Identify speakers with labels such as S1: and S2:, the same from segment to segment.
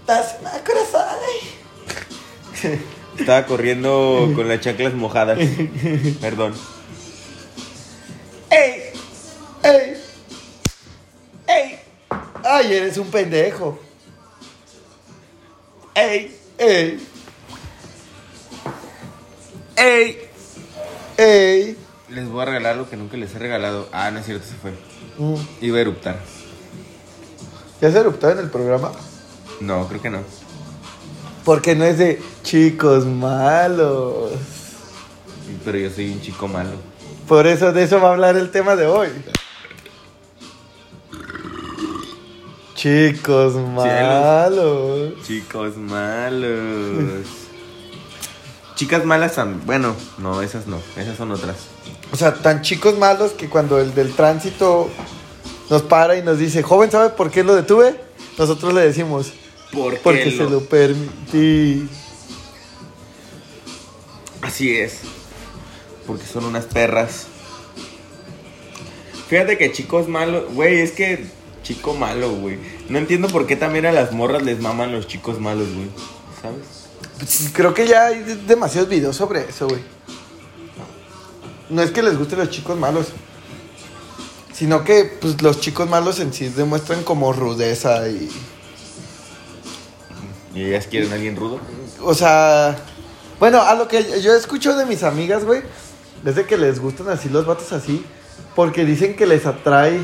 S1: estás en el corazón.
S2: Estaba corriendo con las chanclas mojadas. Perdón.
S1: ¡Ey! ¡Ey! ¡Ey! ¡Ay, eres un pendejo! ¡Ey! ¡Ey! ¡Ey! ¡Ey!
S2: Les voy a regalar lo que nunca les he regalado. Ah, no es cierto, se fue.
S1: Mm,
S2: Iba a eruptar.
S1: ¿Ya se eruptó en el programa?
S2: No, creo que no.
S1: Porque no es de chicos malos.
S2: Pero yo soy un chico malo.
S1: Por eso de eso va a hablar el tema de hoy. Chicos malos.
S2: Chicos malos. Chicas malas, tam- bueno, no, esas no, esas son otras.
S1: O sea, tan chicos malos que cuando el del tránsito nos para y nos dice, joven, ¿sabe por qué lo detuve? Nosotros le decimos,
S2: ¿Por qué
S1: porque
S2: lo-
S1: se lo permití.
S2: Así es. Porque son unas perras. Fíjate que chicos malos, güey, es que chico malo, güey. No entiendo por qué también a las morras les maman los chicos malos, güey. ¿Sabes?
S1: Pues, Creo que ya hay de- demasiados videos sobre eso, güey. No es que les gusten los chicos malos, sino que pues, los chicos malos en sí demuestran como rudeza y...
S2: Y ellas quieren a alguien rudo.
S1: O sea, bueno, a lo que yo escucho de mis amigas, güey, es de que les gustan así los vatos así, porque dicen que les atrae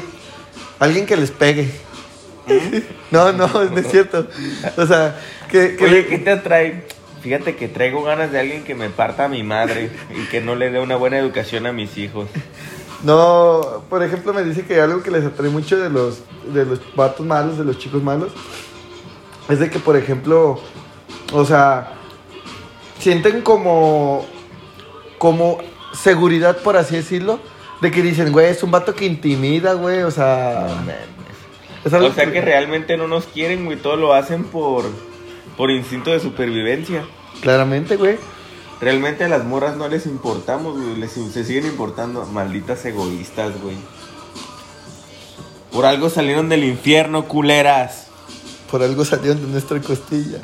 S1: alguien que les pegue. No, no, no es cierto. O sea, que, que
S2: Oye,
S1: le-
S2: ¿qué te atrae? Fíjate que traigo ganas de alguien que me parta a mi madre y que no le dé una buena educación a mis hijos.
S1: No, por ejemplo, me dice que algo que les atrae mucho de los, de los vatos malos, de los chicos malos, es de que, por ejemplo, o sea, sienten como, como seguridad, por así decirlo, de que dicen, güey, es un vato que intimida, güey, o sea, es algo
S2: O sea que realmente no nos quieren, güey. Todo lo hacen por, por instinto de supervivencia.
S1: Claramente, güey.
S2: Realmente a las morras no les importamos, güey. Les, se siguen importando. Malditas egoístas, güey. Por algo salieron del infierno, culeras.
S1: Por algo salieron de nuestra costilla.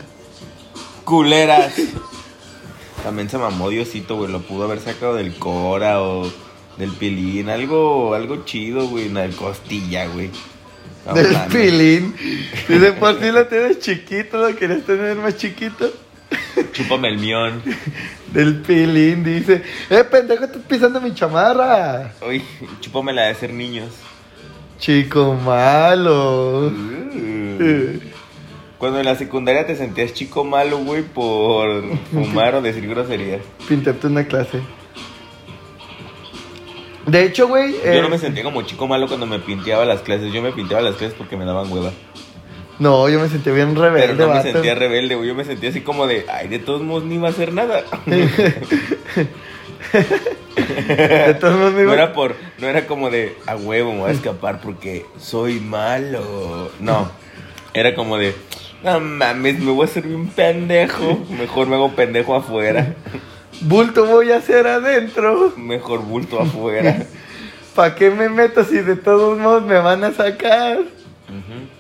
S2: Culeras. También se mamó Diosito, güey. Lo pudo haber sacado del Cora o del Pilín. Algo, algo chido, güey. Una del Costilla, güey. No
S1: del
S2: mames.
S1: pilín. Dice, por si lo tienes chiquito, lo querías tener más chiquito.
S2: Chúpame el mión.
S1: Del pilín, dice. ¡Eh, pendejo, estás pisando mi chamarra!
S2: Uy, chúpame la de ser niños.
S1: Chico malo.
S2: Uh.
S1: Eh,
S2: Cuando en la secundaria te sentías chico malo, güey, por fumar o decir groserías.
S1: Pintarte una clase. De hecho, güey. eh,
S2: Yo no me sentía como chico malo cuando me pinteaba las clases. Yo me pinteaba las clases porque me daban hueva.
S1: no, yo me sentí bien rebelde,
S2: Pero no me
S1: vato.
S2: sentía rebelde, güey. Yo me sentía así como de, ay, de todos modos ni iba a hacer nada.
S1: De todos modos, me
S2: No
S1: iba-
S2: era por, no era como de, a huevo me voy a escapar porque soy malo. No, era como de, no mames, me voy a hacer bien pendejo. Mejor me hago pendejo afuera.
S1: Bulto voy a hacer adentro.
S2: Mejor bulto afuera.
S1: ¿Para qué me meto si de todos modos me van a sacar?
S2: Ujú.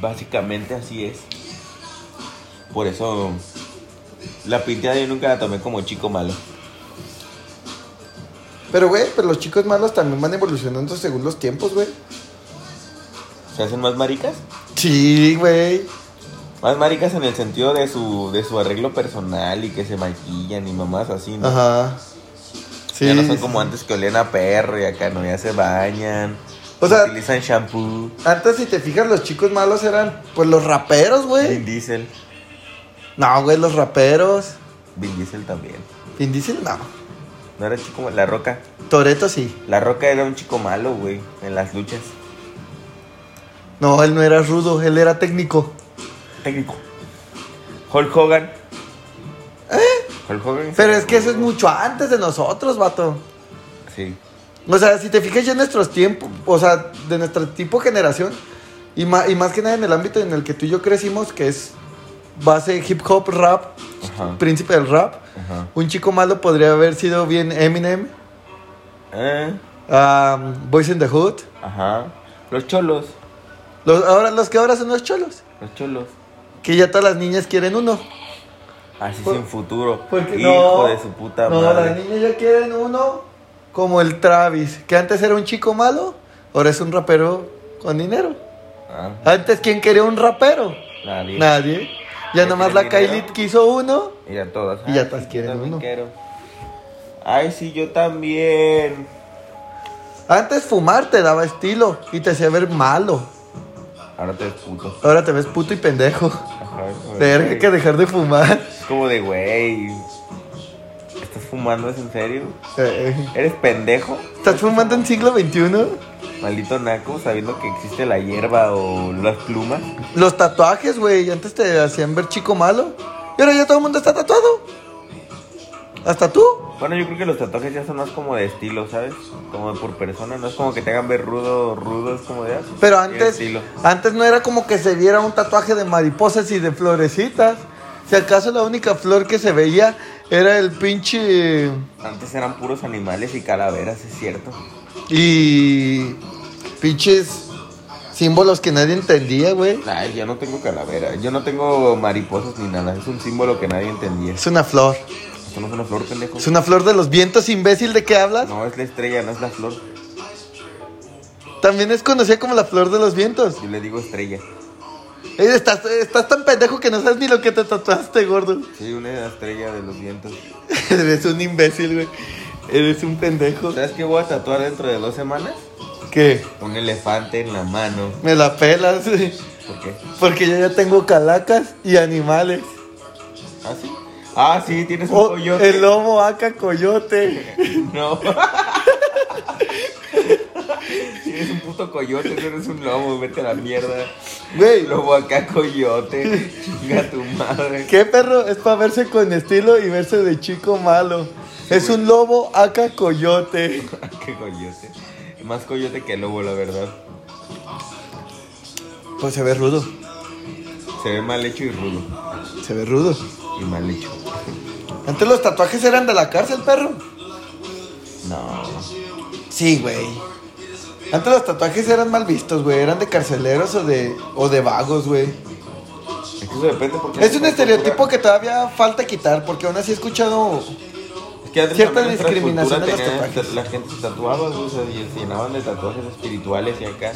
S2: Básicamente así es. Por eso la pinteada yo nunca la tomé como chico malo.
S1: Pero, güey, pero los chicos malos también van evolucionando según los tiempos, güey.
S2: ¿Se hacen más maricas?
S1: Sí, güey.
S2: Más maricas en el sentido de su, de su arreglo personal y que se maquillan y mamás así, ¿no?
S1: Ajá. Sí.
S2: ya no son
S1: sí.
S2: como antes que olían a perro y acá no, ya se bañan.
S1: O sea-
S2: utilizan shampoo,
S1: Antes, si te fijas, los chicos malos eran, pues, los raperos,
S2: Vin
S1: güey.
S2: Diesel.
S1: No, güey, los raperos.
S2: Vin Diesel también.
S1: Vin Diesel, no.
S2: No era chico La Roca.
S1: Toreto, sí.
S2: La Roca era un chico malo, güey, en las luchas.
S1: No, él no era rudo, él era técnico.
S2: Técnico. Hulk Hogan. Hulk Hogan.
S1: ¿Eh? Pero es que eso es mucho antes de nosotros, vato.
S2: Sí.
S1: O sea, si te fijas ya en nuestros tiempos, o sea, de nuestro tipo generación, y, ma- y más que nada en el ámbito en el que tú y yo crecimos, que es base hip hop, rap,
S2: Ajá.
S1: príncipe del rap,
S2: Ajá.
S1: un chico malo podría haber sido bien Eminem,
S2: Eh,
S1: um, Boys in the Hood,
S2: ajá. Los cholos.
S1: Los, ahora, los que ahora son los cholos.
S2: Los cholos.
S1: Que ya todas las niñas quieren uno.
S2: Así
S1: Por-
S2: sin futuro.
S1: Porque
S2: Hijo
S1: no,
S2: de su puta
S1: no, las
S2: madre.
S1: niñas ya quieren uno como el Travis, que antes era un chico malo, ahora es un rapero con dinero.
S2: Ah,
S1: Antes, ¿quién quería un rapero?
S2: nadie.
S1: Nadie. Ya
S2: ¿Ya
S1: nomás
S2: tienen
S1: la
S2: dinero?
S1: Kylie quiso uno.
S2: Y a todas.
S1: Y ya
S2: Ay,
S1: todas
S2: sí, yo
S1: quieren
S2: también
S1: uno.
S2: quiero. Ay, sí, yo también.
S1: Antes fumar te daba estilo y te hacía ver malo.
S2: Ahora te puto.
S1: Ahora te ves puto y pendejo.
S2: Ajá, hijo de
S1: Tener
S2: güey.
S1: que dejar de fumar.
S2: Es como de güey. ¿Estás fumando? ¿Es en serio?
S1: Eh,
S2: ¿Eres pendejo?
S1: ¿Estás fumando en siglo XXI?
S2: Maldito naco, sabiendo que existe la hierba o las plumas.
S1: Los tatuajes, güey. Antes te hacían ver chico malo. Y ahora ya todo el mundo está tatuado. Hasta tú.
S2: Bueno, yo creo que los tatuajes ya son más como de estilo, ¿sabes? Como de por persona, no es como que te hagan ver rudo, rudo, es como de... ah, pues,
S1: Pero
S2: tiene
S1: antes,
S2: estilo.
S1: antes no era como que se viera un tatuaje de mariposas y de florecitas. Si acaso la única flor que se veía era el pinche.
S2: Antes eran puros animales y calaveras, es cierto.
S1: Y. Pinches símbolos que nadie entendía, güey.
S2: Ay, yo no tengo calavera, yo no tengo mariposas ni nada, es un símbolo que nadie entendía.
S1: Es una flor.
S2: Esto no es una flor, pendejo.
S1: Es una flor de los vientos, imbécil, ¿de qué hablas?
S2: No, es la estrella, no es la flor.
S1: También es conocida como la flor de los vientos.
S2: Yo le digo estrella.
S1: Eh, Estás, estás tan pendejo que no sabes ni lo que te tatuaste, gordo.
S2: Soy una estrella de los vientos.
S1: Eres un imbécil, güey. Eres un pendejo.
S2: ¿Sabes qué voy a tatuar dentro de dos semanas?
S1: ¿Qué?
S2: Un elefante en la mano.
S1: Me la pelas, güey.
S2: ¿Por qué?
S1: Porque yo ya tengo calacas y animales.
S2: ¿Ah, sí? Ah, sí, tienes un
S1: Oh,
S2: coyote.
S1: el lobo, vaca, coyote.
S2: No. Eres un puto coyote, no eres un lobo, vete a la mierda.
S1: Güey,
S2: Lobo acá, coyote. Chinga tu madre.
S1: ¿qué perro? Es para verse con estilo y verse de chico malo. Es un lobo, vaca, coyote.
S2: Qué coyote. Más coyote que lobo, la verdad.
S1: Pues se ve rudo.
S2: Se ve mal hecho y rudo.
S1: Se ve rudo.
S2: Y mal hecho.
S1: Antes los tatuajes eran de la cárcel, perro.
S2: No.
S1: Sí, güey. Antes los tatuajes eran mal vistos, güey. Eran de carceleros o de, o de vagos, güey.
S2: Es que eso depende porque.
S1: Es un estereotipo que todavía falta quitar, porque aún así he escuchado.
S2: Es que antes
S1: Cierta
S2: también nuestra
S1: discriminación
S2: cultura
S1: de los
S2: tenía-
S1: tatuajes.
S2: La gente se tatuaba, o sea, y se llenaban de tatuajes espirituales y acá.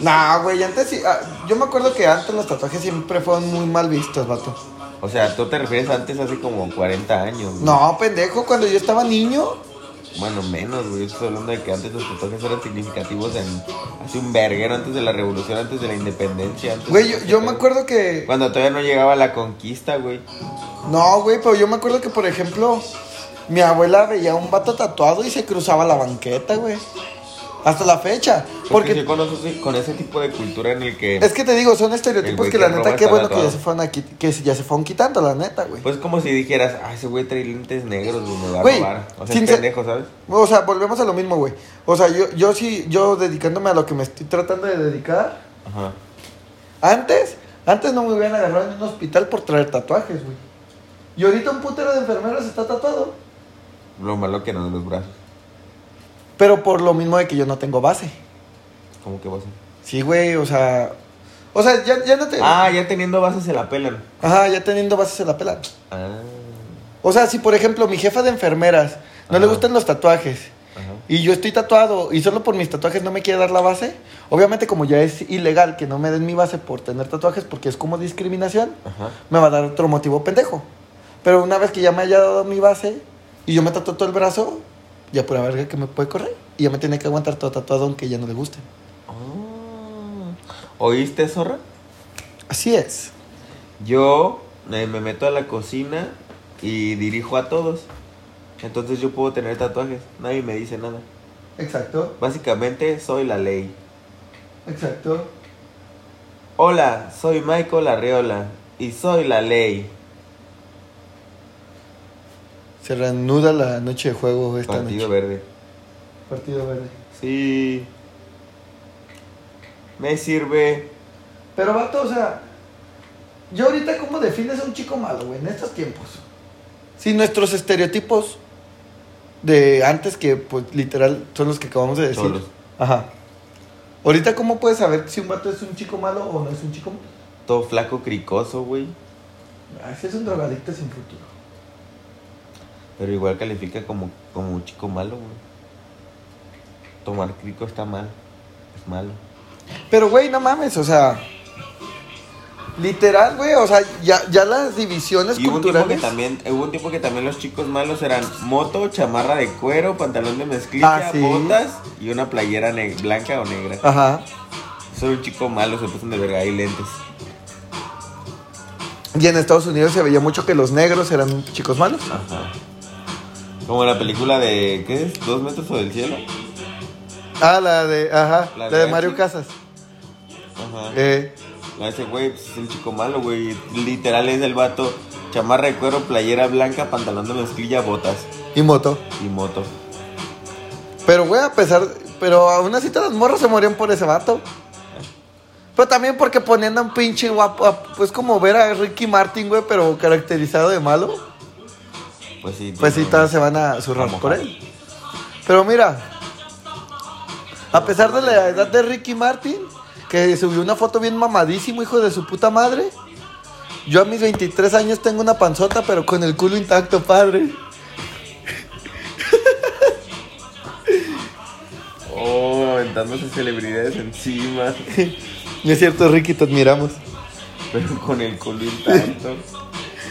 S1: Nah, güey, antes sí. ah, yo me acuerdo que antes los tatuajes siempre fueron muy mal vistos, vato.
S2: O sea, tú te refieres antes hace como 40 años. güey.
S1: No, pendejo, cuando yo estaba niño.
S2: Bueno, menos, güey. Estoy hablando de que antes los tatuajes eran significativos en. Hace un verguero antes de la revolución, antes de la independencia. antes
S1: Güey,
S2: de-
S1: yo, yo me acuerdo que.
S2: Cuando todavía no llegaba la conquista, güey.
S1: No, güey, pero yo me acuerdo que, por ejemplo, mi abuela veía un vato tatuado y se cruzaba la banqueta, güey. Hasta la fecha.
S2: Porque
S1: Porque
S2: yo conozco ese- con ese tipo de cultura en el que.
S1: Es que te digo, son
S2: El
S1: estereotipos
S2: güey
S1: que
S2: que
S1: la
S2: roba
S1: neta, qué
S2: está
S1: bueno que
S2: tatuado.
S1: ya se fueron aquí, que se- ya se fueron quitando, la neta, güey.
S2: Pues como si dijeras, ah, ese güey trae lentes negros, güey, me va a
S1: Güey,
S2: robar. O sea,
S1: sin
S2: es
S1: ser-
S2: pendejo, ¿sabes?
S1: O sea, volvemos a lo mismo, güey. O sea, yo, yo sí, yo dedicándome a lo que me estoy tratando de dedicar.
S2: Ajá.
S1: Antes, antes no me hubieran agarrado en un hospital por traer tatuajes, güey. Y ahorita un putero de enfermeros está tatuado.
S2: Lo malo que eran los brazos.
S1: Pero por lo mismo de que yo no tengo base.
S2: ¿Cómo que vas a
S1: Sí, güey, o sea. O sea, ya, ya no te.
S2: Ah, ya teniendo bases se la pelan.
S1: Ajá, ya teniendo base se la pelan.
S2: Ah,
S1: O sea, si por ejemplo mi jefa de enfermeras no le
S2: Ajá.
S1: gustan los tatuajes.
S2: ajá.
S1: y yo estoy tatuado y solo por mis tatuajes no me quiere dar la base, obviamente como ya es ilegal que no me den mi base por tener tatuajes porque es como discriminación,
S2: Ajá.
S1: me va a dar otro motivo pendejo. Pero una vez que ya me haya dado mi base y yo me tatué todo el brazo, ya pura verga que me puede correr y ya me tiene que aguantar todo tatuado aunque ya no le guste.
S2: Ah. ¿Oíste, zorra?
S1: Así es.
S2: Yo eh, me meto a la cocina y dirijo a todos. Entonces yo puedo tener tatuajes. Nadie me dice nada.
S1: Exacto,
S2: Básicamente soy la ley.
S1: exacto.
S2: Hola, soy Michael Arreola y soy la ley.
S1: Se reanuda la noche de juego esta
S2: Partido
S1: noche.
S2: Verde.
S1: Partido verde.
S2: Sí. Me sirve.
S1: Pero vato, o sea, yo ahorita cómo defines a un chico malo, güey, en estos tiempos. Si nuestros estereotipos de antes que pues literal son los que acabamos de decir.
S2: Son los-
S1: Ajá. Ahorita cómo puedes saber si un vato es un chico malo o no es un chico malo?
S2: todo flaco, cricoso, güey.
S1: Ah, Ese es un drogadicto sin futuro.
S2: Pero igual califica como, como un chico malo, güey. Tomar crico está mal. Es malo.
S1: Pero, güey, no mames, o sea. Literal, güey, o sea, ya, ya las divisiones
S2: Y hubo un, tiempo que
S1: culturales.
S2: también, eh, hubo un tiempo que también los chicos malos eran moto, chamarra de cuero, pantalón de
S1: Ah,
S2: mezclilla,
S1: sí.
S2: botas y una playera ne- blanca o negra.
S1: Ajá.
S2: Soy un chico malo, se puso de verga y lentes.
S1: Y en Estados Unidos se veía mucho que los negros eran chicos malos.
S2: Ajá. Como la película de, ¿qué es? ¿Dos metros sobre el cielo?
S1: Ah, la de, ajá,
S2: La
S1: la,
S2: de
S1: de Mario
S2: Angie.
S1: Casas.
S2: Ajá.
S1: Eh,
S2: A ese güey pues, es el chico malo, güey. Literal es el vato. Chamarra de cuero, playera blanca, pantalón de mezclilla, botas
S1: y moto.
S2: y moto.
S1: Pero, güey, a pesar. Pero aún así todas las morras se morían por ese vato. Pero también porque ponían a un pinche guapo. a- Pues como ver a Ricky Martin, güey, pero caracterizado de malo.
S2: Pues sí.
S1: Pues sí,
S2: tiene-
S1: todas se van a zurrar
S2: Vamos,
S1: por
S2: ajá.
S1: él. Pero mira, a pesar de la edad de Ricky Martin, que subió una foto bien mamadísimo, hijo de su puta madre. Yo a mis 23 años tengo una panzota, pero con el culo intacto, padre.
S2: Oh, aventándose celebridades encima.
S1: No es cierto, Ricky, te admiramos.
S2: Pero con el culo intacto.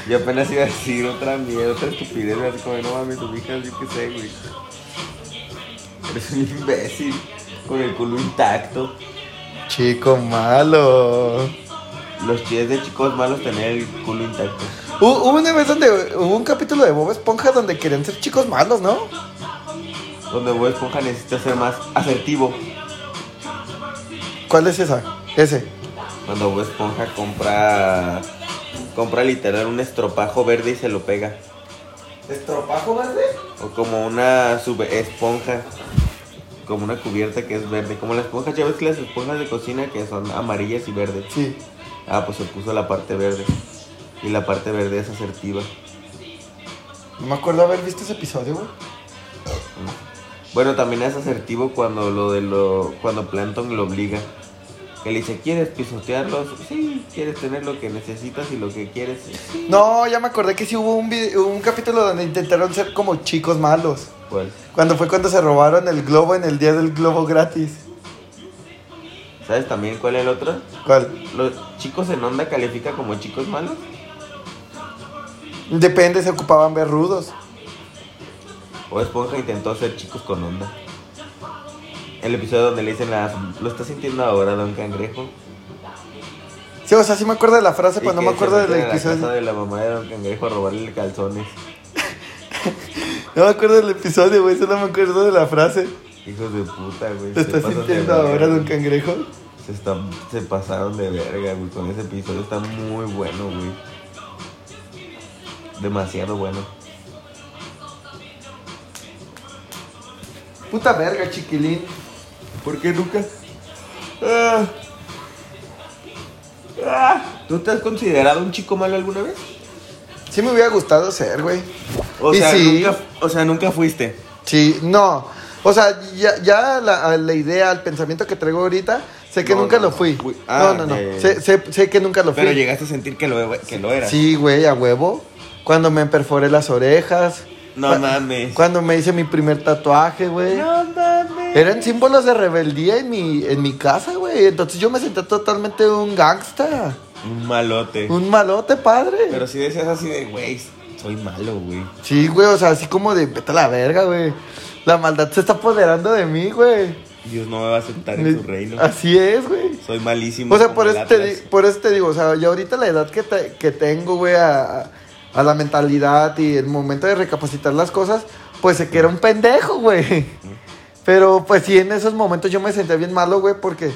S2: Y apenas iba a decir otra mierda, otra estupidez. Así como, no mames, tu hija, yo qué sé, güey. Eres un imbécil. Con el culo intacto.
S1: Chico malo.
S2: Los chistes de chicos malos tener el culo intacto.
S1: Hu- Hubo una vez donde hubo un capítulo de Bob Esponja donde querían ser chicos malos, ¿no?
S2: Donde Bob Esponja necesita ser más asertivo.
S1: ¿Cuál es esa? Ese.
S2: Cuando Bob Esponja compra. Compra literal un estropajo verde y se lo pega.
S1: ¿Estropajo verde?
S2: O como una sube esponja. Como una cubierta que es verde. Como las esponjas, ya ves que las esponjas de cocina que son amarillas y verdes.
S1: Sí.
S2: Ah, pues se puso la parte verde. Y la parte verde es asertiva.
S1: No me acuerdo haber visto ese episodio, güey.
S2: Bueno, también es asertivo cuando lo de lo. cuando Planton lo obliga. Que le dice, ¿quieres pisotearlos? Sí, quieres tener lo que necesitas y lo que quieres. Sí.
S1: No, ya me acordé que sí hubo un, vide- un capítulo donde intentaron ser como chicos malos.
S2: Pues,
S1: Cuando fue cuando se robaron el globo en el día del globo gratis.
S2: ¿sabes también cuál es el otro?
S1: ¿Cuál?
S2: ¿Los chicos en onda califica como chicos malos?
S1: Depende, se ocupaban berrudos.
S2: O Esponja intentó hacer chicos con onda. El episodio donde le dicen las. ¿Lo está sintiendo ahora, don Cangrejo?
S1: Sí, o sea, sí me acuerdo de la frase, pero
S2: Y
S1: no
S2: que
S1: me
S2: se
S1: acuerdo del
S2: meten a la casa
S1: episodio.
S2: de la mamá de don Cangrejo a robarle calzones.
S1: No me acuerdo del episodio, güey, solo me acuerdo de la frase.
S2: Hijos de puta, güey.
S1: ¿Te
S2: se
S1: estás
S2: pasan de
S1: sintiendo
S2: verga,
S1: ahora,
S2: güey.
S1: don cangrejo?
S2: Se, están- se pasaron de verga, güey. Con ese episodio está muy bueno, güey. Demasiado bueno.
S1: Puta verga, chiquilín.
S2: ¿Por qué nunca? Ah. Ah. ¿Tú te has considerado un chico malo alguna vez?
S1: Sí me hubiera gustado ser, güey.
S2: O
S1: Y
S2: sea,
S1: sí.
S2: nunca, o sea, nunca fuiste.
S1: Sí, no. O sea, ya, ya la, a la idea, el pensamiento que traigo ahorita, sé que
S2: No,
S1: nunca
S2: no,
S1: lo
S2: no.
S1: fui.
S2: Uy, ah,
S1: no, no, no.
S2: ya, ya, ya.
S1: Sé, sé- sé que nunca lo fui.
S2: Pero llegaste a sentir que lo, que lo era.
S1: Sí, güey, a huevo. Cuando me perforé las orejas.
S2: No
S1: Cua-
S2: mames.
S1: Cuando me hice mi primer tatuaje, güey.
S2: No mames.
S1: Eran símbolos de rebeldía en mi, en mi casa, güey. Entonces yo me sentía totalmente un gangsta.
S2: Un malote.
S1: Un malote, padre.
S2: Pero si decías así de, güey, soy malo, güey.
S1: Sí, güey, o sea, así como de, vete a la verga, güey. La maldad se está apoderando de mí, güey.
S2: Dios no me va a aceptar en su reino.
S1: Así es, güey.
S2: Soy malísimo.
S1: Ah. O sea,
S2: como
S1: por
S2: el
S1: eso, te,
S2: Atlas.
S1: di- por eso te digo, o sea, yo ahorita la edad que, te- que tengo, güey, a, a- a la mentalidad y el momento de recapacitar las cosas, pues sé que era un pendejo, güey. Pero pues sí, en esos momentos yo me sentía bien malo, güey, porque,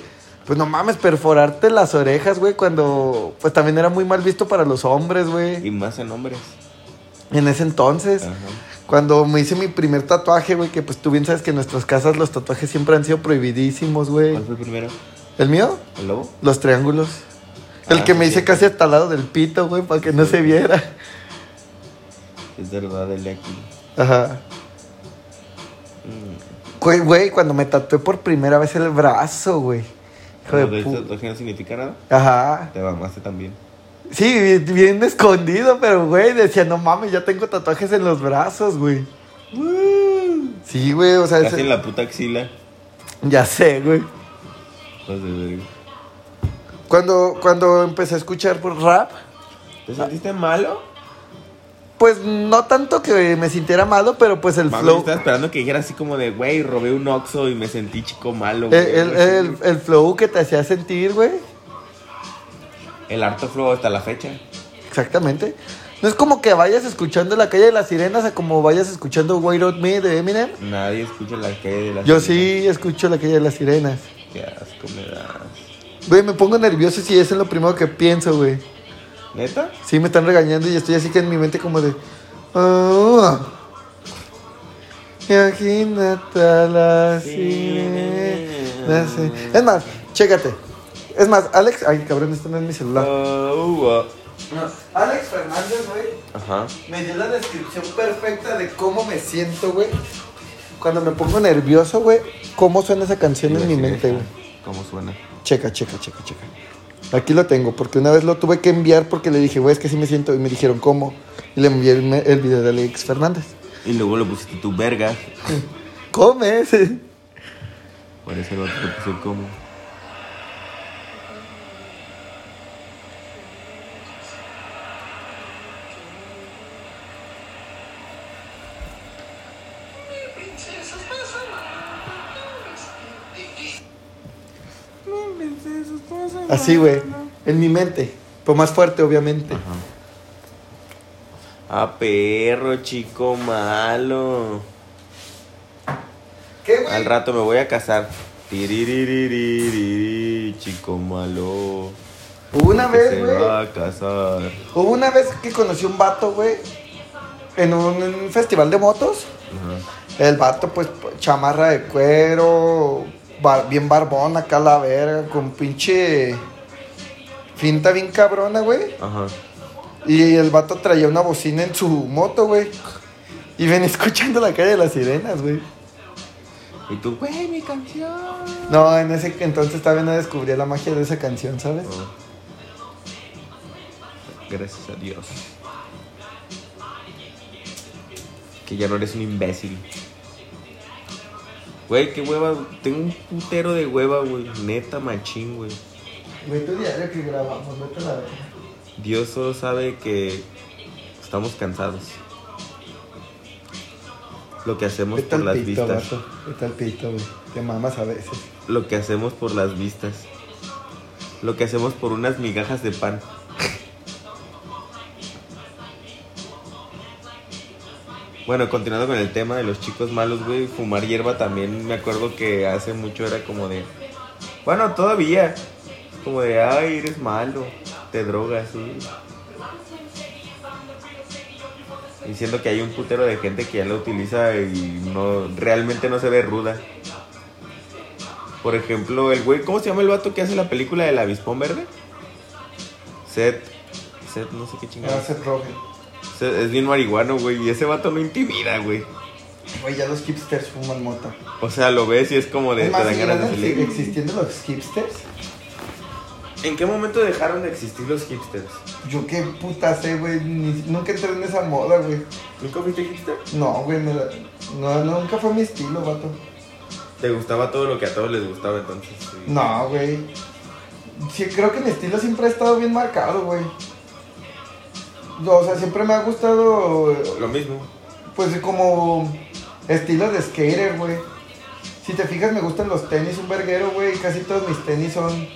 S1: pues no mames, perforarte las orejas, güey, cuando, pues también era muy mal visto para los hombres, güey.
S2: Y más en hombres.
S1: En ese entonces.
S2: Ajá.
S1: Cuando me hice mi primer tatuaje, güey, que pues tú bien sabes que en nuestras casas los tatuajes siempre han sido prohibidísimos, güey.
S2: ¿Cuál fue primero?
S1: ¿El mío?
S2: ¿El lobo?
S1: Los triángulos. El
S2: Ah,
S1: que
S2: sí,
S1: me hice
S2: cierto.
S1: casi hasta al lado del pito, güey, para que no se viera.
S2: Es verdad, el de aquí.
S1: Ajá.
S2: Mm.
S1: Güey, güey, cuando me tatué por primera vez el brazo, güey. Hijo de
S2: Pero
S1: pu-
S2: ese tatuaje no significa nada.
S1: Ajá.
S2: Te mamaste también.
S1: Sí, bien, bien escondido, pero güey, decía, no mames, ya tengo tatuajes en los brazos, güey. Sí, güey, o sea, Ah,
S2: Casi
S1: ese-
S2: en Mm. la puta axila.
S1: ya sé, güey.
S2: Pues de verga.
S1: Cuando, cuando empecé a escuchar por rap, Ah.
S2: ¿Te sentiste malo?
S1: pues no tanto que me sintiera malo, pero pues el
S2: Mami,
S1: flow.
S2: estaba esperando que dijera así como de, güey, robé un oxo y me sentí chico malo,
S1: El,
S2: güey.
S1: Eh, el, el- el flow que te hacía sentir, güey.
S2: El harto flow hasta la fecha.
S1: Exactamente. No es como que vayas escuchando la calle de las sirenas a como vayas escuchando Wait on Me de Eminem.
S2: Nadie escucha la calle de la
S1: Yo
S2: sirena.
S1: sí escucho la calle de las sirenas.
S2: Qué asco me das.
S1: Güey, me pongo nervioso si es en lo primero que pienso, güey.
S2: ¿Neta?
S1: Sí, me están regañando y estoy así que en mi mente como de... "Ah, Imagínate a las sirenas. Es más, chécate. Es más, Alex... Ay, cabrón, esto no es mi celular.
S2: Oh, uh,
S1: Alex Fernández, güey.
S2: Ajá.
S1: Me dio la descripción perfecta de cómo me siento, güey. Cuando me pongo nervioso, güey, cómo suena esa canción en mi mente,
S2: Imagínate
S1: güey.
S2: ¿Cómo suena?
S1: Checa, checa, checa, checa. Aquí lo tengo, porque una vez lo tuve que enviar porque le dije, güey, es que sí me siento. Y me dijeron, ¿cómo? Y le envié el, me- el video de Alex Fernández.
S2: Y luego le pusiste tu verga.
S1: ¿Comes?
S2: Por eso el otro te puso como.
S1: Así, güey. En mi mente. Pues más fuerte, obviamente.
S2: Ajá. Ah, perro, chico malo.
S1: ¿Qué,
S2: Al rato me voy a casar. Tiririririri, chico malo.
S1: Hubo una
S2: que
S1: vez,
S2: se
S1: güey.
S2: va a casar.
S1: Hubo una vez que conocí un vato, güey. En un, en un festival de motos.
S2: Ajá.
S1: El vato, pues, chamarra de cuero, bar- bien barbón acá la verga, con pinche finta bien cabrona, güey.
S2: Ajá.
S1: Y el vato traía una bocina en su moto, güey. Y ven escuchando la calle de las sirenas, güey.
S2: Y tú, güey, mi canción.
S1: No, en ese entonces todavía no descubría la magia de esa canción, ¿sabes?
S2: Oh. Gracias a Dios. Que ya no eres un imbécil. Güey, qué hueva. Tengo un putero de hueva, güey. Neta machín, güey.
S1: Güey, tu diario que grabamos, vete a la verga.
S2: Dios solo sabe que estamos cansados. Lo que hacemos
S1: Vete
S2: por
S1: al
S2: las
S1: pito,
S2: vistas.
S1: vato. Vete al pito, güey. Te mamas a veces.
S2: Lo que hacemos por las vistas. Lo que hacemos por unas migajas de pan. Bueno, continuando con el tema de los chicos malos, güey, fumar hierba también me acuerdo que hace mucho era como de... Bueno, todavía. Como de, ay, eres malo, te drogas, sí. Diciendo que hay un putero de gente que ya lo utiliza y no realmente no se ve ruda. Por ejemplo, el güey, ¿cómo se llama el vato que hace la película del avispón verde? Seth. Seth, no sé
S1: Me va
S2: qué
S1: a
S2: chingada.
S1: hacer roje.
S2: Seth es bien marihuano, güey, y ese vato no intimida, güey.
S1: Güey, ya los hipsters fuman mota.
S2: O sea, lo ves y es como de...
S1: Es
S2: te
S1: más,
S2: dan ganas de
S1: ¿seguirán
S2: salir.
S1: existiendo los hipsters?
S2: ¿En qué momento dejaron de existir los hipsters?
S1: Yo qué puta sé, güey. ni- Nunca entré en esa moda, güey.
S2: ¿Nunca fuiste hipster?
S1: No, güey, me la... No, nunca fue mi estilo, vato.
S2: ¿Te gustaba todo lo que a todos les gustaba entonces? sí.
S1: No, güey. Sí, creo que mi estilo siempre ha estado bien marcado, güey. O sea, siempre me ha gustado,
S2: Lo mismo.
S1: pues, como estilo de skater, güey. Si te fijas, me gustan los tenis, un verguero, güey. y Casi todos mis tenis son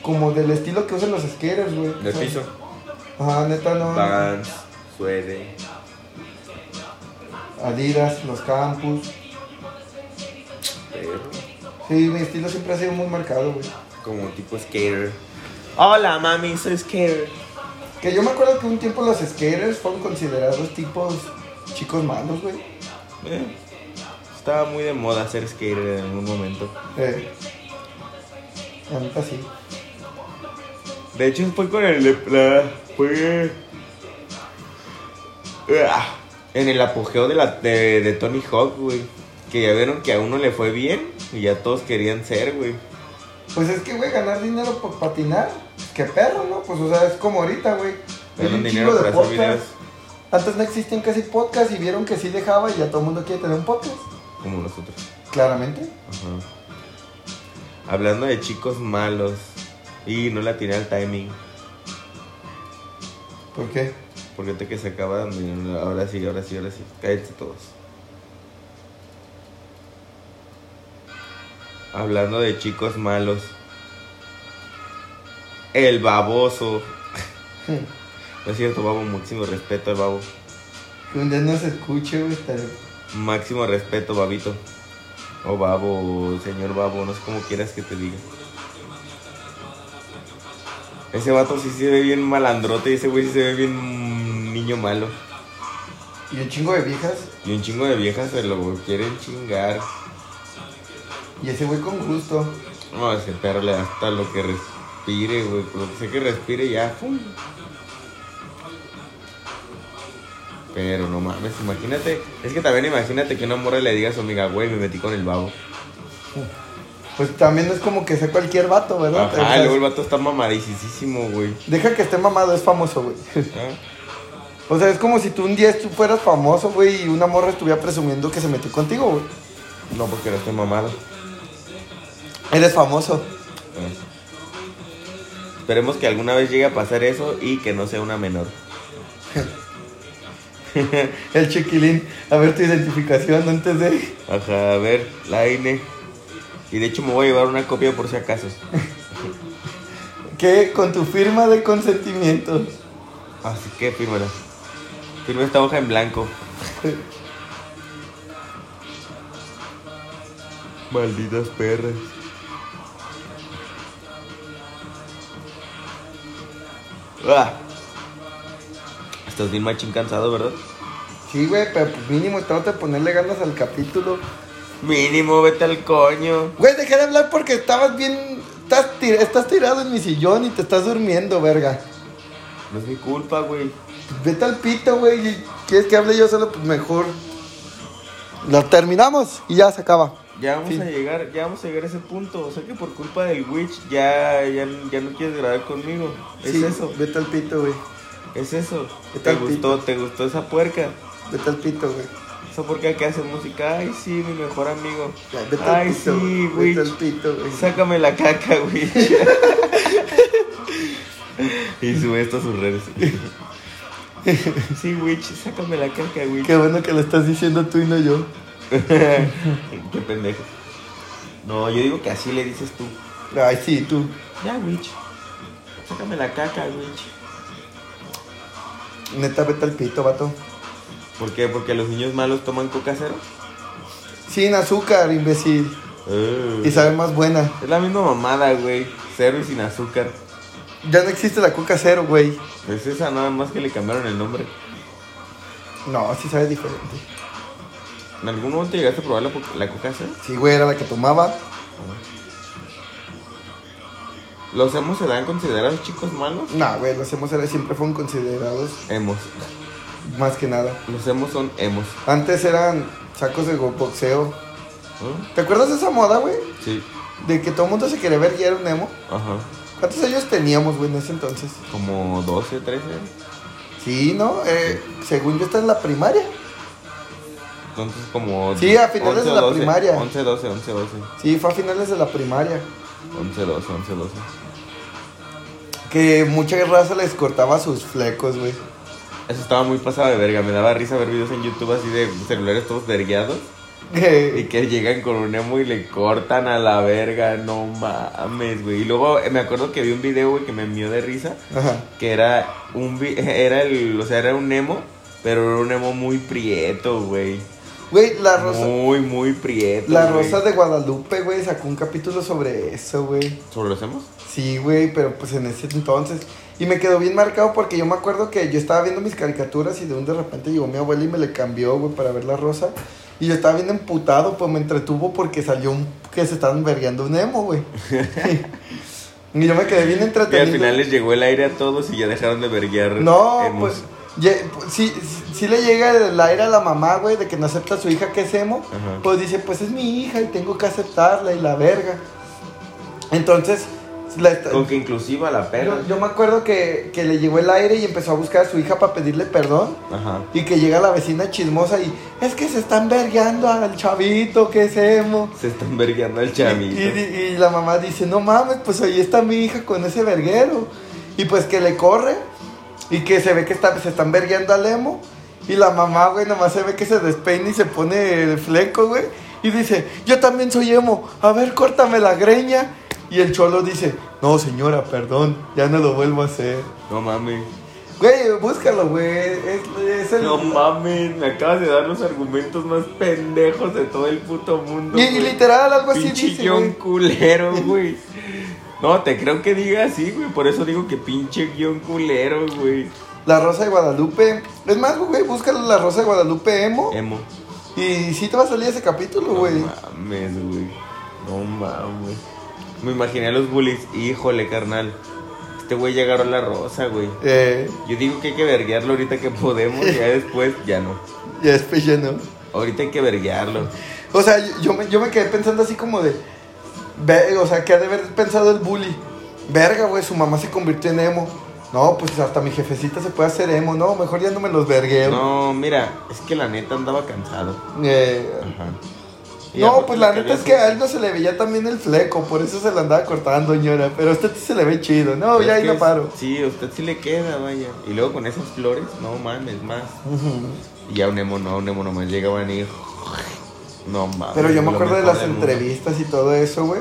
S1: como del estilo que usan los skaters, güey.
S2: De
S1: O sea,
S2: piso. Ah.
S1: Ajá, neta, no.
S2: Vans, suede.
S1: Adidas, los Campus.
S2: pero
S1: Sí, mi estilo siempre ha sido muy marcado, güey.
S2: Como tipo skater. Hola, mami, soy skater.
S1: Que yo me acuerdo que un tiempo los skaters fueron considerados tipos chicos malos, güey.
S2: Eh, estaba muy de moda ser skater en algún momento.
S1: Eh, la neta sí.
S2: De hecho, fue con el. la- fue. Ah, En el apogeo de, la, de, de Tony Hawk, güey. Que ya vieron que a uno le fue bien y ya todos querían ser, güey.
S1: Pues es que, güey, ganar dinero por patinar, qué perro, ¿no? Pues, o sea, es como ahorita, güey. Hay
S2: Ganan
S1: un
S2: dinero
S1: chingo de
S2: para hacer
S1: podcasts.
S2: videos
S1: Antes no existían casi podcasts y vieron que sí dejaba y ya todo el mundo quiere tener un podcast.
S2: como nosotros.
S1: Claramente.
S2: Ajá. Hablando de chicos malos. Y no la tiré al timing.
S1: ¿Por qué?
S2: Porque te que se acaba. miren, Ahora sí, ahora sí, ahora sí. Cállense todos. Hablando de chicos malos. El baboso. No es cierto, babo. Máximo respeto al babo.
S1: Que un día no se escuche, güey, estaré...
S2: Máximo respeto, babito. O babo, o señor babo, no sé cómo quieras que te diga. Ese vato sí se ve bien malandrote y ese güey sí se ve bien mm, niño malo.
S1: Y un chingo de viejas.
S2: Y un chingo de viejas se lo quieren chingar.
S1: Y ese güey con gusto.
S2: No, ese perro le da hasta lo que respire, güey. Lo que sé que respire ya, ¡fum! Pero no mames, imagínate. Es que también imagínate que una morra le diga a su amiga, güey, me metí con el babo.
S1: Pues también no es como que sea cualquier vato, ¿verdad? Ah, O
S2: Ajá,
S1: sea,
S2: y luego el vato está mamadicísimo, güey.
S1: Deja que esté mamado, es famoso, güey.
S2: Ah,
S1: O sea, es como si tú un día tú fueras famoso, güey, y una morra estuviera presumiendo que se metió contigo, güey.
S2: No, porque no estoy mamado.
S1: Eres famoso.
S2: Ah. Esperemos que alguna vez llegue a pasar eso y que no sea una menor.
S1: El chiquilín. A ver tu identificación antes de.
S2: Ajá, a ver, la INE. Y de hecho me voy a llevar una copia por si acaso.
S1: Que con tu firma de consentimiento.
S2: Así que fírmala. Firma esta hoja en blanco. Malditas perras. Ah. Estás bien machín cansado, ¿verdad?
S1: Sí, güey, pero pues mínimo trata de ponerle ganas al capítulo.
S2: Mínimo, vete al coño.
S1: Güey, dejé de hablar porque estabas bien. Estás, ti- estás tirado en mi sillón y te estás durmiendo, verga.
S2: No es mi culpa, güey.
S1: Vete al pito, güey. y ¿Quieres que hable yo solo? Pues mejor. La terminamos y ya se acaba.
S2: Ya vamos
S1: Fin.
S2: a llegar, ya vamos a llegar a ese punto. O sea que por culpa del witch ya, ya, ya no quieres grabar conmigo. Es
S1: Sí,
S2: eso,
S1: Vete al pito, güey.
S2: es eso.
S1: ¿Qué
S2: ¿Te
S1: tal,
S2: gustó? ¿Te gustó esa puerca?
S1: Vete al pito, güey.
S2: Esa puerca que hace música. Ay, sí, mi mejor amigo.
S1: Ya, Vete al
S2: Ay,
S1: pito.
S2: sí,
S1: güey.
S2: witch.
S1: Vete al pito, güey.
S2: Sácame la caca, witch. y sube esto a sus redes. sí, witch, sácame la caca, witch.
S1: Qué bueno que lo estás diciendo tú y no yo.
S2: Qué pendejo. No, yo digo que así le dices tú.
S1: Ay, sí, tú.
S2: Ya, witch. Sácame la caca, witch.
S1: Neta, vete al pito, vato.
S2: ¿Por qué? Porque los niños malos toman coca cero.
S1: Sin azúcar, imbécil. Y sabe más buena.
S2: Eh. Es la misma mamada, güey. Cero y sin azúcar.
S1: Ya no existe la coca cero, güey.
S2: Es esa nada más que le cambiaron el nombre.
S1: No, sí sabe diferente.
S2: ¿En algún momento llegaste a probar la, po- la coca cero?
S1: Sí, güey, era la que tomaba.
S2: ¿Los hemos se dan considerados chicos malos?
S1: No, güey, los hemos era, siempre fueron considerados
S2: Hemos.
S1: más que nada.
S2: Los hemos son hemos.
S1: Antes eran sacos de go- boxeo.
S2: ¿Ah?
S1: ¿Te acuerdas de esa moda, güey?
S2: Sí.
S1: De que todo el mundo se quería ver y era un emo.
S2: Ajá.
S1: ¿Cuántos años teníamos, güey, en ese entonces?
S2: Como 12, 13.
S1: Sí, ¿no? Eh, según yo, está en la primaria.
S2: Entonces como...
S1: Sí, a finales de la primaria.
S2: 11, 12, 11, 12.
S1: Sí, fue a finales de la primaria.
S2: 11, 12, 11, 12.
S1: Que mucha raza les cortaba sus flecos, güey.
S2: Eso estaba muy pasado de verga. Me daba risa ver videos en YouTube así de celulares todos vergueados. Y
S1: Que-
S2: que llegan con un emo y le cortan a la verga. No mames, güey. Y luego eh, me acuerdo que vi un video, güey, que me envió de risa.
S1: Ajá.
S2: Que era un... vi- Era el... O sea, era un emo. Pero era un emo muy prieto, güey.
S1: Güey, la rosa.
S2: Muy, muy prieto.
S1: La
S2: güey.
S1: Rosa de Guadalupe, güey, sacó un capítulo sobre eso, güey.
S2: ¿Sobre los emos?
S1: Sí, güey, pero pues en ese entonces. Y me quedó bien marcado porque yo me acuerdo que yo estaba viendo mis caricaturas y de un de repente llegó mi abuela y me le cambió, güey, para ver la rosa. Y yo estaba bien emputado, pues me entretuvo porque salió un, que se estaban vergueando un emo, güey. y yo me quedé bien
S2: Y
S1: entretenido.
S2: al final les llegó el aire a todos y ya dejaron de verguear.
S1: No,
S2: emos.
S1: pues, ye- pues, sí, sí- sí le llega el aire a la mamá, güey, de que no acepta a su hija que es emo.
S2: Ajá.
S1: Pues dice, pues es mi hija y tengo que aceptarla y la verga. Entonces, la esta-
S2: Con que inclusive a la perra.
S1: yo, yo me acuerdo que, que le llegó el aire y empezó a buscar a su hija para pedirle perdón.
S2: Ajá.
S1: Y que llega la vecina chismosa y es que se están vergueando al chavito, ¿qué hacemos?
S2: Se están vergueando al
S1: Y,
S2: chamito.
S1: y- y la mamá dice, no mames, pues ahí está mi hija con ese verguero. Y pues que le corre y que se ve que está, se están vergueando al emo. Y la mamá, güey, nomás se ve que se despeina y se pone el fleco, güey. Y dice, yo también soy emo, a ver, córtame la greña. Y el cholo dice, no señora, perdón, ya no lo vuelvo a hacer.
S2: No mames.
S1: Güey, búscalo, güey. Es, es el...
S2: No mames. Me acabas de dar los argumentos más pendejos de todo el puto mundo.
S1: y, y
S2: güey.
S1: literal algo así
S2: Pinche
S1: dice,
S2: guión
S1: güey.
S2: culero, güey. No, te creo que diga así, güey. Por eso digo que pinche guión culero, güey.
S1: La Rosa de Guadalupe. Es más, güey, búscalo La Rosa de Guadalupe emo.
S2: Emo.
S1: Y sí te va a salir ese capítulo, güey.
S2: No mames, güey. No mames. Me imaginé a los bullies. Híjole, carnal. Este güey ya agarró la rosa, güey.
S1: eh,
S2: Yo digo que hay que verguearlo ahorita que podemos. Ya después, ya no.
S1: ya después ya no.
S2: Ahorita hay que verguearlo.
S1: O sea, yo- yo me, yo me quedé pensando así como de. ve- o sea, que ha de haber pensado el bully. Verga, güey, su mamá se convirtió en emo. No, pues hasta mi jefecita se puede hacer emo. No, mejor ya no me los vergueo.
S2: No, mira, es que la neta andaba cansado.
S1: Eh,
S2: Ajá. Y
S1: no,
S2: aparte
S1: pues
S2: le
S1: la
S2: cayó
S1: neta es
S2: así.
S1: que a él no se le veía también el fleco. Por eso se lo andaba cortando, señora. Pero a usted sí se le ve chido. No,
S2: Pero
S1: ya
S2: es
S1: ahí
S2: que
S1: no paro.
S2: Sí, a usted sí le queda, vaya. Y luego con esas flores, no mames, más. Y ya un emo no, un emo nomás llegaban y. No mames.
S1: Pero yo me
S2: lo
S1: acuerdo de
S2: mejor
S1: las
S2: del mundo.
S1: entrevistas y todo eso, güey.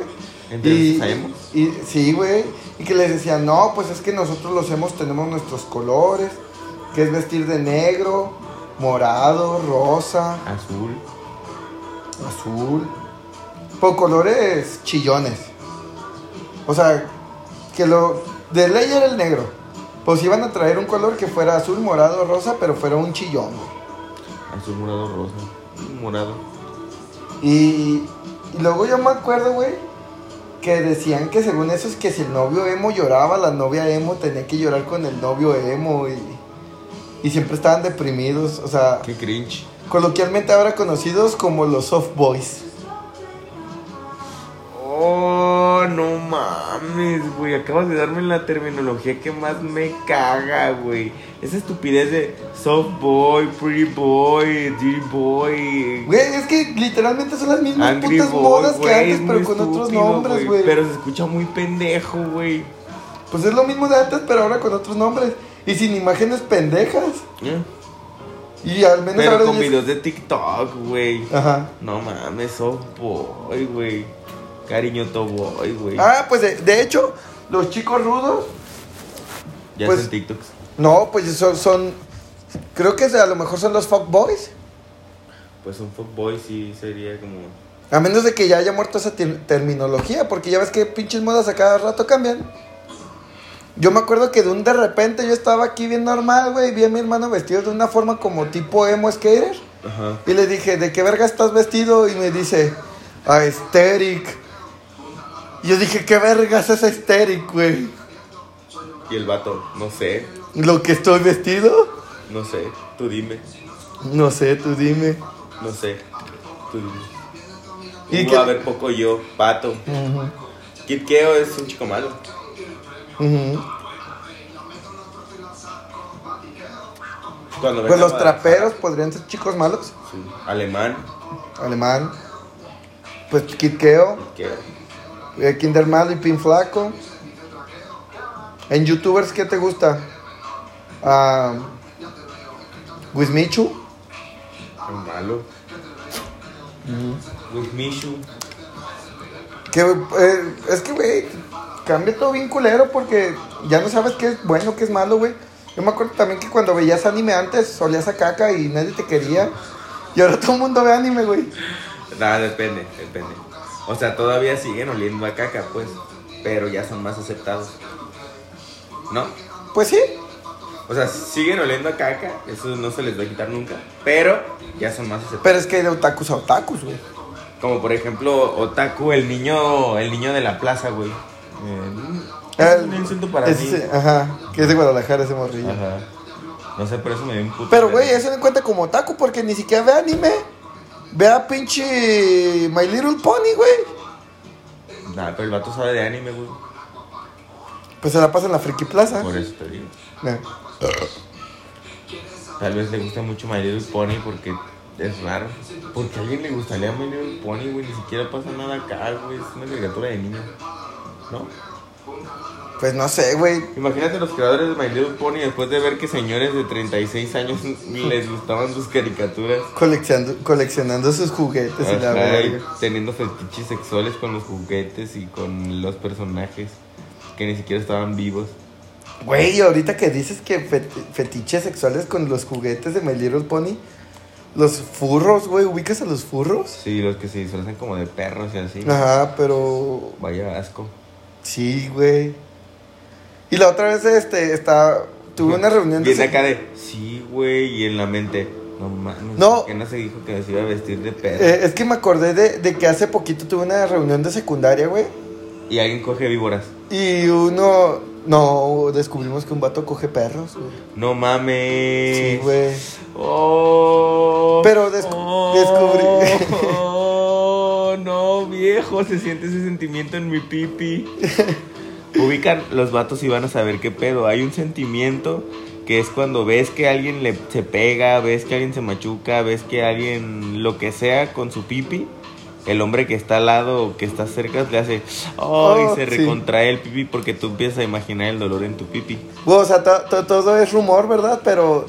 S2: ¿Entrevistas
S1: Y,
S2: a emos?
S1: y sí, güey. Y que les decían, no, pues es que nosotros los hemos tenemos nuestros colores, que es vestir de negro, morado, rosa,
S2: Azul.
S1: azul. Por colores chillones. O sea, que lo. De ley era el negro. Pues iban a traer un color que fuera azul, morado, rosa, pero fuera un chillón, güey.
S2: Azul, morado, rosa. Morado.
S1: Y, y luego yo me acuerdo, güey, que decían que según eso es que si el novio emo lloraba, la novia emo tenía que llorar con el novio emo y, y siempre estaban deprimidos, o sea,
S2: Qué cringe.
S1: coloquialmente ahora conocidos como los soft boys.
S2: Oh, no mames, güey. Acabas de darme la terminología que más me caga, güey. Esa estupidez de soft boy, pretty boy, dirty boy.
S1: Güey, es que literalmente son las mismas
S2: Angry
S1: putas
S2: Boy,
S1: modas que
S2: güey,
S1: antes,
S2: es muy
S1: pero con otros
S2: estúpido,
S1: nombres, güey.
S2: Pero se escucha muy pendejo, güey.
S1: Pues es lo mismo de antes, pero ahora con otros nombres. Y sin imágenes pendejas. Y al menos
S2: ¿Eh? Pero
S1: ahora
S2: con
S1: ya es-
S2: videos de TikTok, güey.
S1: Ajá.
S2: No mames, softboy, güey. Cariño toboy, güey.
S1: Ah, pues de- de hecho, los chicos rudos
S2: ya
S1: pues-
S2: hacen TikToks.
S1: No, pues son, son- creo que a lo mejor son los fuckboys.
S2: Pues un fuckboy sí sería como...
S1: A menos de que ya haya muerto esa ter- terminología, porque ya ves que pinches modas a cada rato cambian. Yo me acuerdo que de un de repente yo estaba aquí bien normal, güey, y vi a mi hermano vestido de una forma como tipo emo skater.
S2: Ajá.
S1: Y le dije, ¿de qué verga estás vestido? Y me dice, aesthetic. Y yo dije, ¿qué vergas es aesthetic, güey?
S2: Y el vato, no sé,
S1: ¿Lo que estoy vestido?
S2: no sé, tú dime,
S1: No sé, tú dime.
S2: no sé, tú dime.
S1: ¿Y
S2: Y
S1: qué-
S2: a ver poco yo, pato.
S1: Ujú,
S2: Kitkeo es un chico malo.
S1: ujú.
S2: Cuando
S1: Pues
S2: venga
S1: los
S2: a-
S1: traperos podrían ser chicos malos.
S2: Sí. Alemán,
S1: Alemán. Pues Kitkeo,
S2: Kitkeo.
S1: eh, Kinder Malo y Pin Flaco. En youtubers, ¿qué te gusta? Ah, Wismichu.
S2: Es malo. Luis Michu.
S1: Que, eh, es que, güey, cambia todo bien culero porque ya no sabes qué es bueno, qué es malo, güey. Yo me acuerdo también que cuando veías anime antes solías a caca y nadie te quería. Y ahora todo el mundo ve anime, güey.
S2: Nada, depende, depende. O sea, todavía siguen oliendo a caca, pues. Pero ya son más aceptados. ¿No?
S1: Pues sí,
S2: O sea, siguen oliendo a caca. Eso no se les va a quitar nunca. Pero ya son más aceptados.
S1: pero es que hay de otakus a otakus, güey.
S2: Como por ejemplo, Otaku, el niño, el niño de la plaza, güey. Eh, es un insulto para
S1: Ah, Ese
S2: mí.
S1: sí, Ajá, que es de Guadalajara ese morrillo.
S2: Ajá. No sé, pero eso me dio un puto.
S1: Pero, güey,
S2: es...
S1: eso no cuenta como otaku porque ni siquiera ve anime. Ve a pinche My Little Pony, güey.
S2: Nah, pero el vato sabe de anime, güey.
S1: Pues se la pasa en la Friki Plaza.
S2: Por eso te digo.
S1: Nah.
S2: Tal vez le gusta mucho My Little Pony porque es raro. Porque a alguien le gustaría My Little Pony, güey. Ni siquiera pasa nada acá, güey. Es una caricatura de niño. ¿No?
S1: Pues no sé, güey.
S2: Imagínate los creadores de My Little Pony después de ver que señores de 36 años les gustaban sus caricaturas.
S1: Coleccionando, coleccionando sus juguetes y la
S2: Ajá, y
S1: verga.
S2: teniendo fetiches sexuales con los juguetes y con los personajes que ni siquiera estaban vivos.
S1: Güey, ahorita que dices que feti- fetiches sexuales con los juguetes de My Little Pony, los furros, güey, ubicas a los furros.
S2: Sí, los que se disfrazan como de perros y así.
S1: Ajá, pero
S2: Vaya asco.
S1: sí, güey. Y la otra vez, este, está, tuve una reunión de
S2: Viene acá de, sí, güey, y en la mente, no mames,
S1: No.
S2: ¿por ¿qué no se dijo que se iba a vestir de perro?
S1: Eh, es que me acordé de, de que hace poquito tuve una reunión de secundaria, güey.
S2: Y alguien coge víboras.
S1: Y uno. No, descubrimos que un vato coge perros, güey.
S2: No mames.
S1: Sí, güey.
S2: Oh.
S1: Pero des- descubrí-
S2: Oh, no, viejo, se siente ese sentimiento en mi pipi. Ubican, los vatos y van a saber qué pedo. Hay un sentimiento que es cuando ves que alguien le, se pega, ves que alguien se machuca, ves que alguien lo que sea con su pipi. El hombre que está al lado o que está cerca le hace, oh,
S1: Oh,
S2: y se
S1: sí.
S2: recontrae el pipi porque tú empiezas a imaginar el dolor en tu pipi.
S1: Güey, o sea, to- to- todo es rumor, ¿verdad? Pero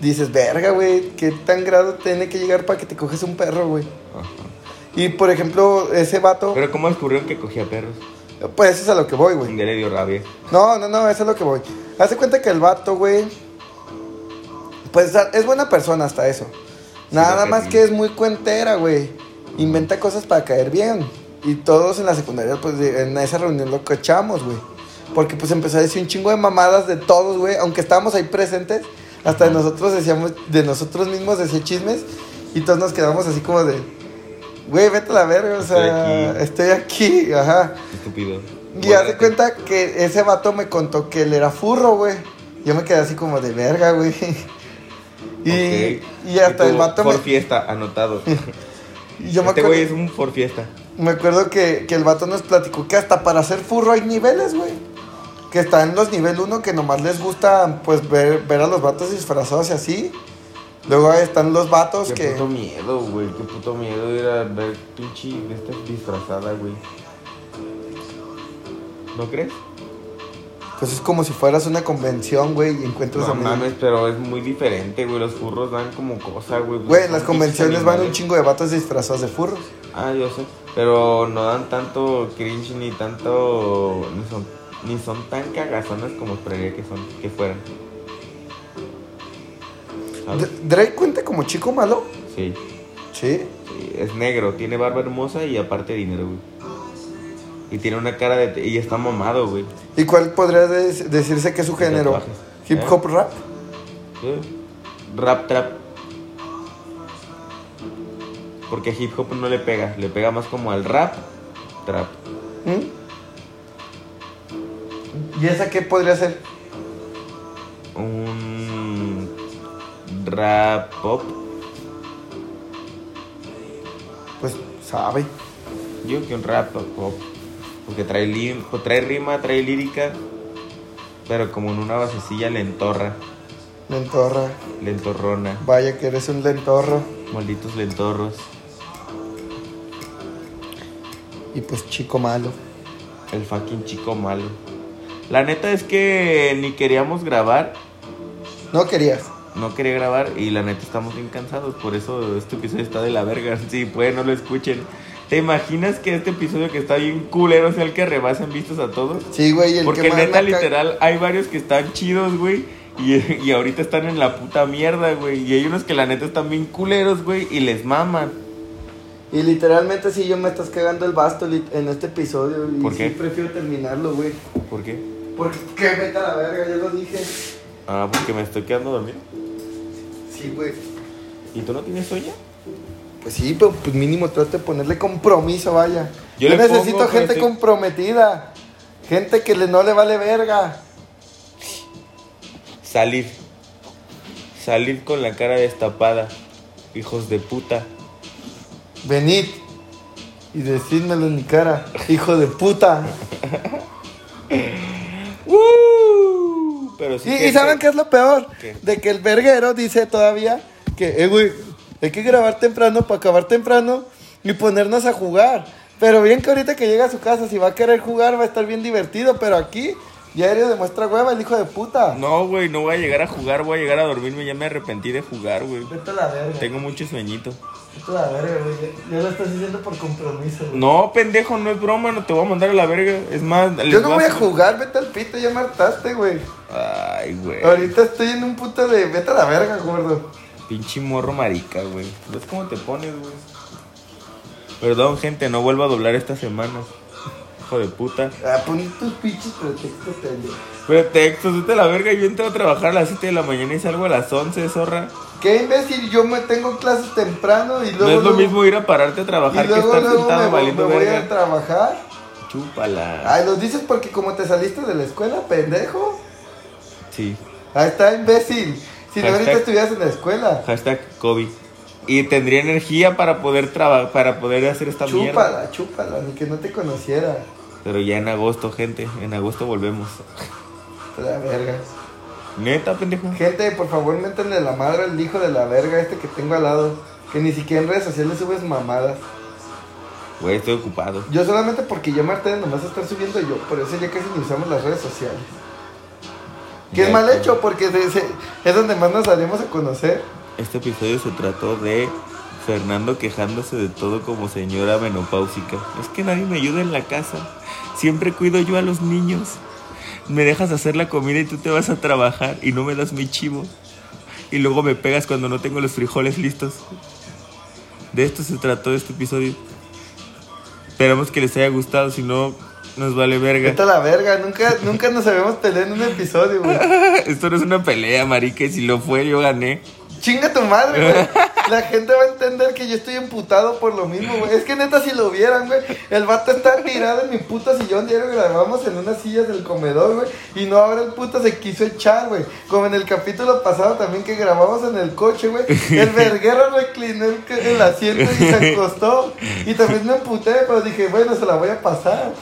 S1: dices, verga, güey, ¿qué tan grado tiene que llegar para que te coges un perro, güey? Y por ejemplo, ese vato.
S2: Pero ¿cómo descubrieron que cogía perros?
S1: Pues eso es a lo que voy, güey.
S2: Un día le dio rabia.
S1: No, no, no, eso es lo que voy. Hace cuenta que el vato, güey. Pues a- es buena persona hasta eso. Nada
S2: lo
S1: más
S2: que-
S1: que es muy cuentera, güey. Inventa cosas para caer bien. Y todos en la secundaria, pues de- en esa reunión lo cachamos, güey. Porque pues empezó a decir un chingo de mamadas de todos, güey. Aunque estábamos ahí presentes, hasta de nosotros decíamos, de nosotros mismos decía chismes. Y todos nos quedamos así como de, güey, vete a la verga, o
S2: Estoy
S1: sea,
S2: aquí.
S1: estoy aquí, ajá.
S2: Estúpido.
S1: Y haz de
S2: Guárdate.
S1: cuenta que ese vato me contó que él era furro, güey. Yo me quedé así como de verga, güey. Y,
S2: Ok.
S1: y hasta el
S2: tú,
S1: vato me,
S2: Por fiesta, anotado.
S1: y yo me,
S2: este
S1: acuerdo,
S2: güey es un por fiesta.
S1: me acuerdo que, que el vato nos platicó que hasta para ser furro hay niveles, güey. Que están los nivel 1 que nomás les gusta pues ver, ver a los vatos disfrazados y así. Luego están los vatos
S2: Qué
S1: Pues que...
S2: puto miedo, güey. Qué puto miedo ir a ver pinche de esta disfrazada, güey. ¿No crees?
S1: Pues es como si fueras una convención, güey, y encuentras
S2: no
S1: a... mil-
S2: mames, pero es muy diferente, güey. Los furros dan como cosa, güey.
S1: Güey, en
S2: Son
S1: las
S2: pinches
S1: convenciones van un
S2: animales.
S1: chingo de vatos disfrazados de furros.
S2: Ah, yo sé. Pero no dan tanto cringe ni tanto. Ni son, ni son tan cagazonas como esperaría que, son, que fueran. ¿Sabes?
S1: D- ¿Drake cuenta como chico malo?
S2: Sí.
S1: Sí.
S2: Sí, Es negro, tiene barba hermosa y aparte dinero, güey. Y tiene una cara de... Y está mamado, güey.
S1: ¿Y cuál podría des- decirse que es su
S2: Sin
S1: género?
S2: tatuajes.
S1: ¿Hip
S2: ¿Eh?
S1: hop rap?
S2: Sí. Rap trap. Porque hip hop no le pega, le pega más como al rap trap.
S1: ¿Mm? ¿Y esa qué podría ser?
S2: Un rap pop.
S1: Pues sabe.
S2: Yo que un rap pop. Porque trae, lim- pues, trae rima, trae lírica. Pero como en una basecilla lentorra,
S1: Lentorra.
S2: lentorrona.
S1: Vaya que eres un lentorro.
S2: Malditos lentorros.
S1: Y pues chico malo.
S2: El fucking chico malo. La neta es que ni queríamos grabar,
S1: No querías.
S2: no quería grabar y la neta estamos bien cansados, por eso este episodio está de la verga. Si pueden, no lo escuchen. ¿Te imaginas que este episodio que está bien culero sea el que rebasan vistas a todos?
S1: Sí, güey, y el que
S2: Porque
S1: más me
S2: neta,
S1: ca-
S2: literal, hay varios que están chidos, güey. Y, y ahorita están en la puta mierda, güey. Y hay unos que la neta están bien culeros, güey. Y les maman.
S1: Y literalmente sí, yo me estás cagando el basto li- en este episodio. Y
S2: ¿Por
S1: sí
S2: qué?
S1: prefiero terminarlo, güey.
S2: ¿Por qué?
S1: Porque qué vete a la verga, ya lo dije.
S2: Ah, porque me estoy quedando dormido.
S1: Sí, güey.
S2: ¿Y tú no tienes sueño?
S1: Pues sí, pero pues mínimo trate de ponerle compromiso, vaya.
S2: Yo
S1: Yo,
S2: le
S1: necesito
S2: pongo, pero
S1: gente
S2: sí.
S1: comprometida. Gente que le- no le vale verga.
S2: Salir. Salir con la cara destapada. Hijos de puta.
S1: Venid y y decídmelo en mi cara, hijo de puta.
S2: ¡Woo! Pero Pues sí
S1: ¿Y,
S2: que-
S1: y saben qué es lo peor?
S2: ¿Qué?
S1: De que el verguero dice todavía que, eh, güey, hay que grabar temprano para acabar temprano y ponernos a jugar. Pero bien que ahorita que llega a su casa, si va a querer jugar, va a estar bien divertido. Pero aquí, diario demuestra hueva el hijo de puta.
S2: No, güey, no voy a llegar a jugar, voy a llegar a dormirme. Ya me arrepentí de jugar, güey.
S1: Vete a la verga.
S2: Tengo mucho sueñito.
S1: Vete a la verga, güey. Ya- Ya lo estás diciendo por compromiso, güey.
S2: No, pendejo, no es broma, no te voy a mandar a la verga. Es más, les
S1: Yo no voy a
S2: hacer-
S1: jugar, vete al pito, ya martaste, güey.
S2: Ay, güey.
S1: Ahorita estoy en un puto de vete a la verga, gordo.
S2: Pinche morro marica, güey. ¿Ves cómo te pones, güey? Perdón, gente, no vuelvo a doblar estas semanas. Hijo de puta.
S1: Ah, pon tus pinches pretextos, pendejo.
S2: Pretextos, vete a la verga. Yo entro a trabajar a las 7 de la mañana y salgo a las 11, zorra.
S1: ¿Qué imbécil? Yo me tengo clases temprano y luego.
S2: no es lo
S1: luego-
S2: mismo ir a pararte a
S1: Y
S2: trabajar que
S1: luego,
S2: estar
S1: luego me,
S2: sentado
S1: vo- me
S2: valiendo
S1: voy
S2: verga. Ah.
S1: a trabajar.
S2: Chúpala.
S1: Ay, lo dices porque como te saliste de la escuela, pendejo.
S2: Sí.
S1: Ahí está, imbécil. Si no, ahorita
S2: Hashtag-
S1: estuvieras en la escuela.
S2: Hashtag COVID. Y tendría energía para poder trabajar, para poder hacer esta
S1: Chúpala,
S2: mierda.
S1: chúpala, ni que no te conociera.
S2: Pero ya en agosto, gente. En agosto volvemos.
S1: De la verga.
S2: Neta, pendejo.
S1: Gente, por favor, métanle la madre al hijo de la verga este que tengo al lado. Que ni siquiera en redes sociales subes mamadas.
S2: Güey, estoy ocupado.
S1: Yo solamente porque ya me harté de nomás estar subiendo yo, por eso ya casi ni usamos las redes sociales. Que es
S2: Ya,
S1: mal
S2: güey.
S1: hecho, porque de ese- es donde más nos salimos a conocer.
S2: Este episodio se trató de Fernando quejándose de todo como señora menopáusica. Es que nadie me ayuda en la casa. Siempre cuido yo a los niños. Me dejas hacer la comida y tú te vas a trabajar y no me das mi chivo. Y luego me pegas cuando no tengo los frijoles listos. De esto se trató este episodio. Esperamos que les haya gustado, si no, nos vale
S1: Vete
S2: verga.
S1: a la verga, nunca, nunca nos habíamos peleado en un episodio, güey.
S2: Esto no es una pelea, marica, y si lo fue, yo gané.
S1: Chinga tu madre, güey. La gente va a entender que yo estoy emputado por lo mismo, güey. Es que neta, si lo vieran, güey. El vato está tirado en mi puto sillón. Diario grabamos en unas sillas del comedor, güey. Y no ahora el puto se quiso echar, güey. Como en el capítulo pasado también que grabamos en el coche, güey. El verguero reclinó el, el asiento y se acostó. Y también me emputé, pero dije, bueno, se la voy a pasar.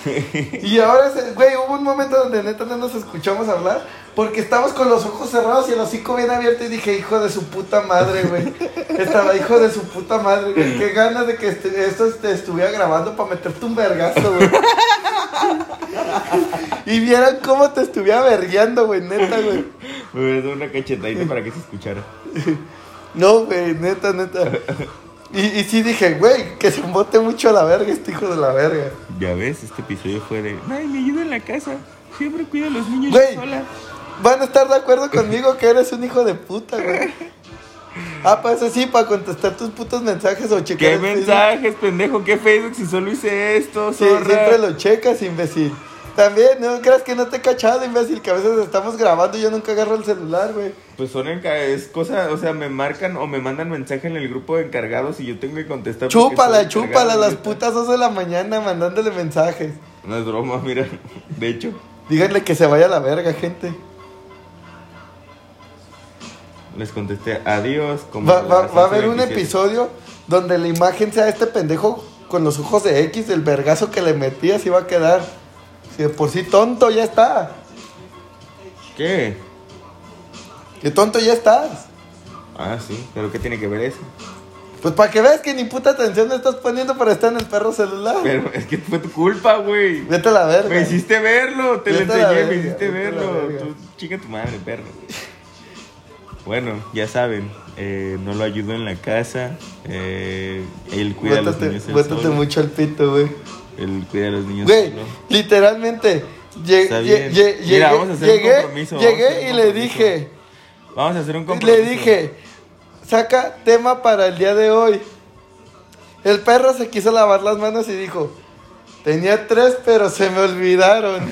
S1: Y ahora, se- güey, hubo un momento donde neta no nos escuchamos hablar porque estábamos con los ojos cerrados y el hocico bien abierto y dije, hijo de su puta madre, güey. Estaba hijo de su puta madre, güey. Qué ganas de que este- esto te estuviera grabando para meterte un vergazo, güey. Y vieran cómo te estuviera vergueando, güey, neta, güey.
S2: Me voy a dar una cachetadita para que se escuchara.
S1: No, güey, neta, neta. Y, y sí dije, güey, que se embote mucho a la verga este hijo de la verga.
S2: Ya ves, este episodio fue de. Nadie me ayuda en la casa. Siempre cuido a los niños
S1: Güey.
S2: yo sola.
S1: Van a estar de acuerdo conmigo que eres un hijo de puta, güey. Ah, para eso sí, para contestar tus putos mensajes o checar.
S2: ¿Qué
S1: el Facebook.
S2: mensajes, pendejo? ¿Qué Facebook si solo hice esto?
S1: Sí,
S2: Zorra?
S1: siempre lo checas, imbécil. También, no creas que no te he cachado, imbécil, que a veces estamos grabando y yo nunca agarro el celular, güey.
S2: Pues son enca- es cosa, o sea, me marcan o me mandan mensaje en el grupo de encargados y yo tengo que contestar. porque
S1: Chúpala,
S2: soy
S1: chúpala a
S2: encargado,
S1: las
S2: neta.
S1: putas 2 de la mañana mandándole mensajes.
S2: No es broma, mira. De hecho,
S1: Díganle que se vaya a la verga, gente.
S2: les contesté adiós. Como
S1: Va,
S2: a
S1: va-
S2: las
S1: va a haber un
S2: 11:27.
S1: episodio donde la imagen sea este pendejo con los ojos de X del vergazo que le metías y va a quedar. Si de por sí tonto ya está.
S2: ¿Qué?
S1: Que tonto ya estás.
S2: Ah, sí, pero ¿qué tiene que ver eso?
S1: Pues para que veas que ni puta atención le estás poniendo para estar en el perro celular.
S2: Pero es que fue tu culpa, güey.
S1: Vete a la verga.
S2: Me hiciste verlo, te lo
S1: Vete a la
S2: enseñé, me
S1: verga,
S2: hiciste
S1: vete a la
S2: verlo.
S1: verga.
S2: Tú, chica tu madre, perro. Bueno, ya saben, eh, no lo ayudo en la casa. eh, él cuida a los
S1: Vuéltate,
S2: niños. él
S1: vuéltate
S2: solo,
S1: mucho el pito, güey.
S2: Él cuida a los niños.
S1: Güey,
S2: solo.
S1: literalmente. lle-
S2: Está
S1: lle-
S2: bien.
S1: lle-
S2: Mira,
S1: llegué-
S2: vamos a hacer un
S1: llegué-
S2: compromiso, vamos a hacer
S1: Llegué
S2: un
S1: y le
S2: compromiso.
S1: dije.
S2: Vamos a hacer un compromiso.
S1: Le dije, saca tema para el día de hoy. El perro se quiso lavar las manos y dijo, tenía tres pero se me olvidaron.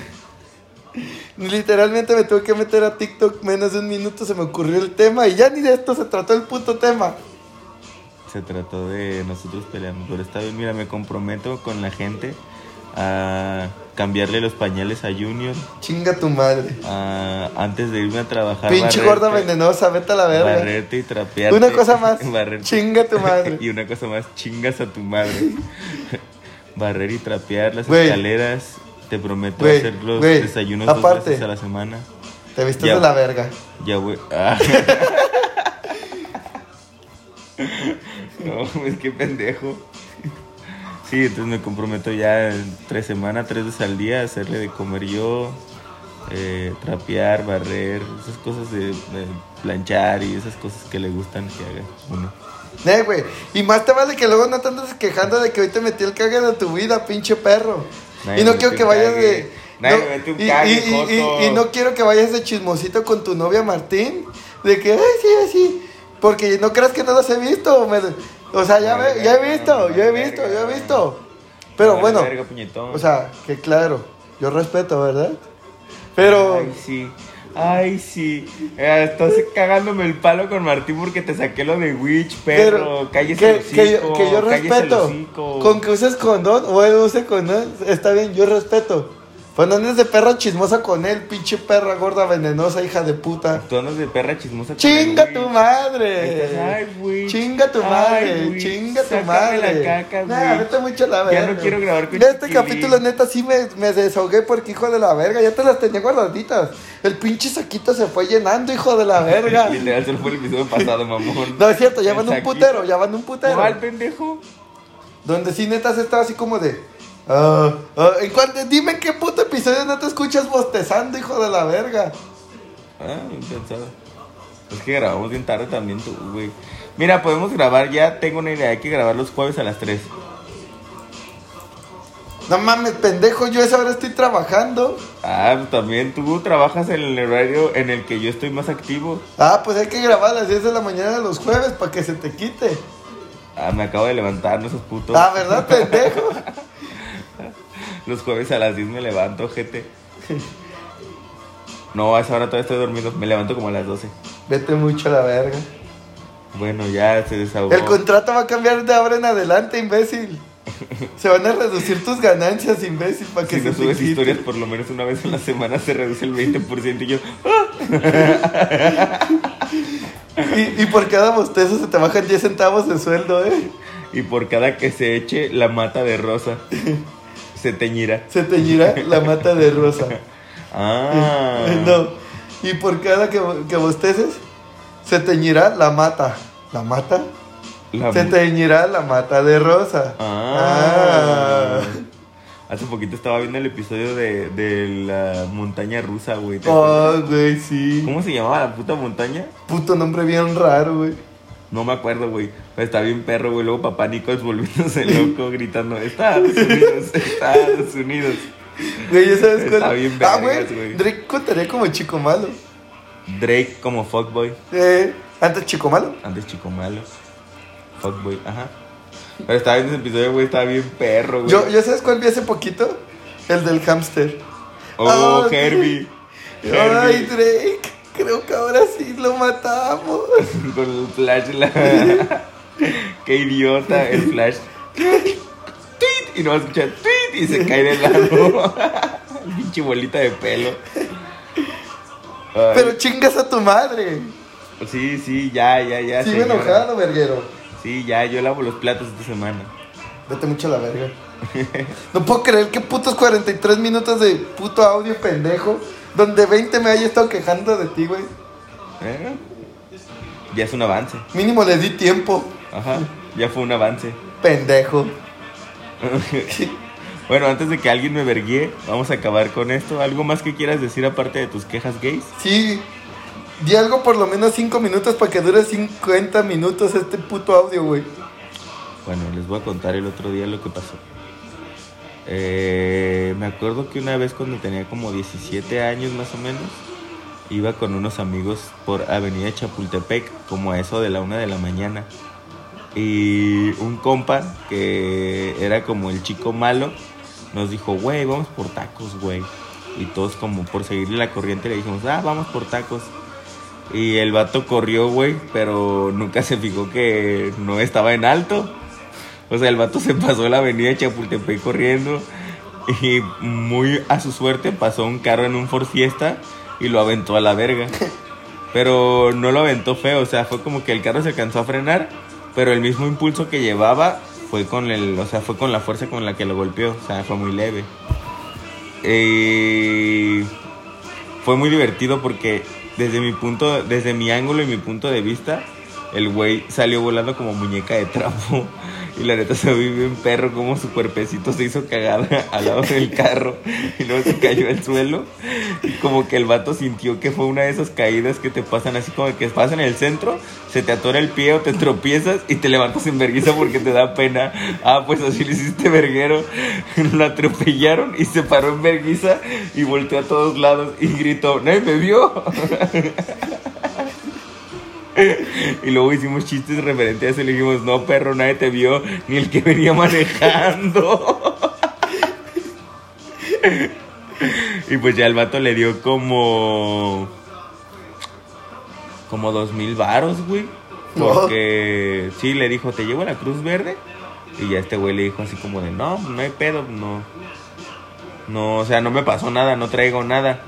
S1: Literalmente me tuve que meter a TikTok menos de un minuto, se me ocurrió el tema y ya ni de esto se trató el puto tema.
S2: Se trató de nosotros peleando, pero está bien, mira, me comprometo con la gente a cambiarle los pañales a Junior.
S1: Chinga tu madre.
S2: a- antes de irme a trabajar.
S1: Pinche gorda
S2: barrerte.
S1: venenosa, vete a la verga.
S2: Barrerte y trapearte.
S1: Una cosa más,
S2: Barrerte.
S1: chinga tu madre.
S2: y una cosa más, chingas a tu madre. barrer y trapear las
S1: Güey.
S2: escaleras. Te prometo
S1: Güey,
S2: hacer los
S1: güey,
S2: desayunos dos
S1: aparte.
S2: veces a la semana.
S1: Te vistes
S2: Ya.
S1: de la verga.
S2: Ya, güey. Ah. no, es que pendejo. Sí, entonces me comprometo ya en tres semanas, tres veces al día, hacerle de comer yo, eh, trapear, barrer, esas cosas de, de planchar y esas cosas que le gustan que haga uno.
S1: Eh, güey. Y más te vale que luego no te andes quejando de que hoy te metí el cague de tu vida, pinche perro.
S2: Nadie
S1: y no
S2: me
S1: quiero
S2: mete
S1: que
S2: un
S1: vayas
S2: cague.
S1: de.
S2: Nadie
S1: no-
S2: me mete un
S1: y-
S2: cague,
S1: y- y,
S2: Joto.
S1: y- y no quiero que vayas de chismosito con tu novia Martín. De que, ay, sí, así. Porque no creas que no los he visto. me- o sea, ya, ve- ya he visto, yo he visto, yo he visto. Pero
S2: Vale,
S1: bueno,
S2: verga, puñetón.
S1: o sea, que claro, yo respeto, ¿verdad? Pero.
S2: Ay, sí. Ay, sí. Eh, Estás cagándome el palo con Martín porque te saqué lo de Witch, perro. Cállese
S1: que,
S2: el
S1: que yo,
S2: hocico,
S1: que yo
S2: cállese el
S1: respeto.
S2: hocico.
S1: Con que uses condón o él use condón, está bien, yo respeto. Pues no andes de perra chismosa con él, pinche perra gorda venenosa, hija de puta.
S2: Tú andas de perra chismosa. con el
S1: ¡Chinga
S2: Witch.
S1: tu madre!
S2: Ay, güey.
S1: ¡Chinga tu
S2: Ay,
S1: madre!
S2: güey.
S1: ¡Chinga tu
S2: Sácame
S1: madre!
S2: la caca,
S1: Nah,
S2: güey.
S1: vete mucho a la
S2: Ya
S1: verga.
S2: no quiero grabar con
S1: Ya este
S2: Chiquilín.
S1: capítulo, neta, sí me, me desahogué porque hijo de la verga. Ya te las tenía guardaditas. El pinche saquito se fue llenando, hijo de la verga.
S2: Literal, solo fue el episodio pasado, mamón.
S1: No es cierto, ya
S2: El
S1: van un
S2: saquito.
S1: putero, ya van un putero.
S2: ¿Cuál, pendejo?
S1: Donde sí neta has estado así como de. ah, ah, ¿en cuál- dime en qué puto episodio no te escuchas bostezando, hijo de la verga.
S2: Ah, bien pensado. Es que grabamos bien tarde también tú, güey. Mira, podemos grabar ya. Tengo una idea. Hay que grabar los jueves a las 3.
S1: No mames, pendejo, yo a esa hora estoy trabajando.
S2: Ah, pues también tú trabajas en el horario en el que yo estoy más activo.
S1: Ah, pues hay que grabar a las 10 de la mañana de los jueves para que se te quite.
S2: Ah, me acabo de levantar, no esos putos.
S1: Ah, ¿verdad, pendejo?
S2: Los jueves a las 10 me levanto, gente. No, a esa hora todavía estoy dormido. Me levanto como a las 12.
S1: Vete mucho a la verga.
S2: Bueno, ya se desahogó.
S1: El contrato va a cambiar de ahora en adelante, imbécil. Se van a reducir tus ganancias, imbécil, para que
S2: si
S1: se
S2: no
S1: te
S2: subes
S1: quite.
S2: historias por lo menos una vez a la semana se reduce el 20% y yo...
S1: Y, y por cada bostezo se te bajan 10 centavos de sueldo, ¿eh?
S2: Y por cada que se eche la mata de rosa, se teñirá.
S1: Se te gira la mata de rosa.
S2: Ah.
S1: No. Y por cada que, que bosteces, se teñirá la mata. ¿La mata?
S2: La
S1: Se
S2: mu-
S1: teñirá la mata de rosa. Ah.
S2: Ah. Hace poquito estaba viendo el episodio de, de la montaña rusa, güey. ¿te acuerdas?
S1: Oh, güey, sí.
S2: ¿Cómo se llamaba la puta montaña?
S1: Puto nombre bien raro, güey.
S2: No me acuerdo, güey. Pero está bien perro, güey. Luego papá Nichols volviéndose loco, gritando, Estados Unidos, Estados Unidos.
S1: Güey, ¿ya sabes cuál?
S2: Está bien
S1: ah,
S2: vergas,
S1: güey.
S2: güey.
S1: Drake contaría como chico malo.
S2: Drake como fuckboy.
S1: Eh, antes chico malo.
S2: Antes chico malo. Fuckboy, ajá. Pero estaba viendo ese episodio, güey. Estaba bien perro, güey.
S1: Yo, ¿Ya sabes cuál vi hace poquito? El del hámster.
S2: Oh,
S1: Ah, sí.
S2: Herbie.
S1: Ay,
S2: Herbie.
S1: Drake. Creo que ahora sí lo matamos.
S2: Con el flash. la- Qué idiota el flash. Tweet, Y no va a escuchar tweet y se cae de lado. Pinche bolita de pelo. Ay,
S1: Pero chingas a tu madre.
S2: Pues sí, sí, ya, ya, ya.
S1: Sigo
S2: Ah, señora.
S1: enojado, verguero.
S2: Sí, ya, yo lavo los platos esta semana.
S1: Vete mucho a la verga. No puedo creer que putos 43 minutos de puto audio pendejo. Donde 20 me haya estado quejando de ti, güey.
S2: ¿Eh? Ya es un avance.
S1: Mínimo le di tiempo.
S2: Ajá, ya fue un avance.
S1: Pendejo.
S2: Bueno, antes de que alguien me verguíe, vamos a acabar con esto. ¿Algo más que quieras decir aparte de tus quejas gays?
S1: Sí. Di algo por lo menos 5 minutos para que dure 50 minutos este puto audio, güey.
S2: Bueno, les voy a contar el otro día lo que pasó. Eh, me acuerdo que una vez cuando tenía como 17 años más o menos, iba con unos amigos por Avenida Chapultepec, como a eso de la una de la mañana. Y un compa, que era como el chico malo, nos dijo, güey, vamos por tacos, güey. Y todos como por seguirle la corriente le dijimos, ah, vamos por tacos. Y el vato corrió, güey, pero nunca se fijó que no estaba en alto. O sea, el vato se pasó la avenida de Chapultepec corriendo y muy a su suerte pasó un carro en un Ford Fiesta y lo aventó a la verga. Pero no lo aventó feo, o sea, fue como que el carro se alcanzó a frenar, pero el mismo impulso que llevaba fue con el, o sea, fue con la fuerza con la que lo golpeó, o sea, fue muy leve. Eh, fue muy divertido porque desde mi punto, desde mi ángulo y mi punto de vista, el güey salió volando como muñeca de trapo. Y la neta se vive un perro como su cuerpecito se hizo cagada al lado del carro y luego se cayó al suelo. Y como que el vato sintió que fue una de esas caídas que te pasan así como que pasan en el centro, se te atora el pie o te tropiezas y te levantas en vergüenza porque te da pena. Ah, pues así le hiciste verguero. Lo atropellaron y se paró en vergüenza y volteó a todos lados y gritó, ¡Nadie me vio! Y luego hicimos chistes referentes a eso y le dijimos, no, perro, nadie te vio, ni el que venía manejando. y pues ya el vato le dio como... Como dos mil varos, güey. Porque sí, le dijo, te llevo a la Cruz Verde. Y ya este güey le dijo así como de, no, no hay pedo, no. No, o sea, no me pasó nada, no traigo nada.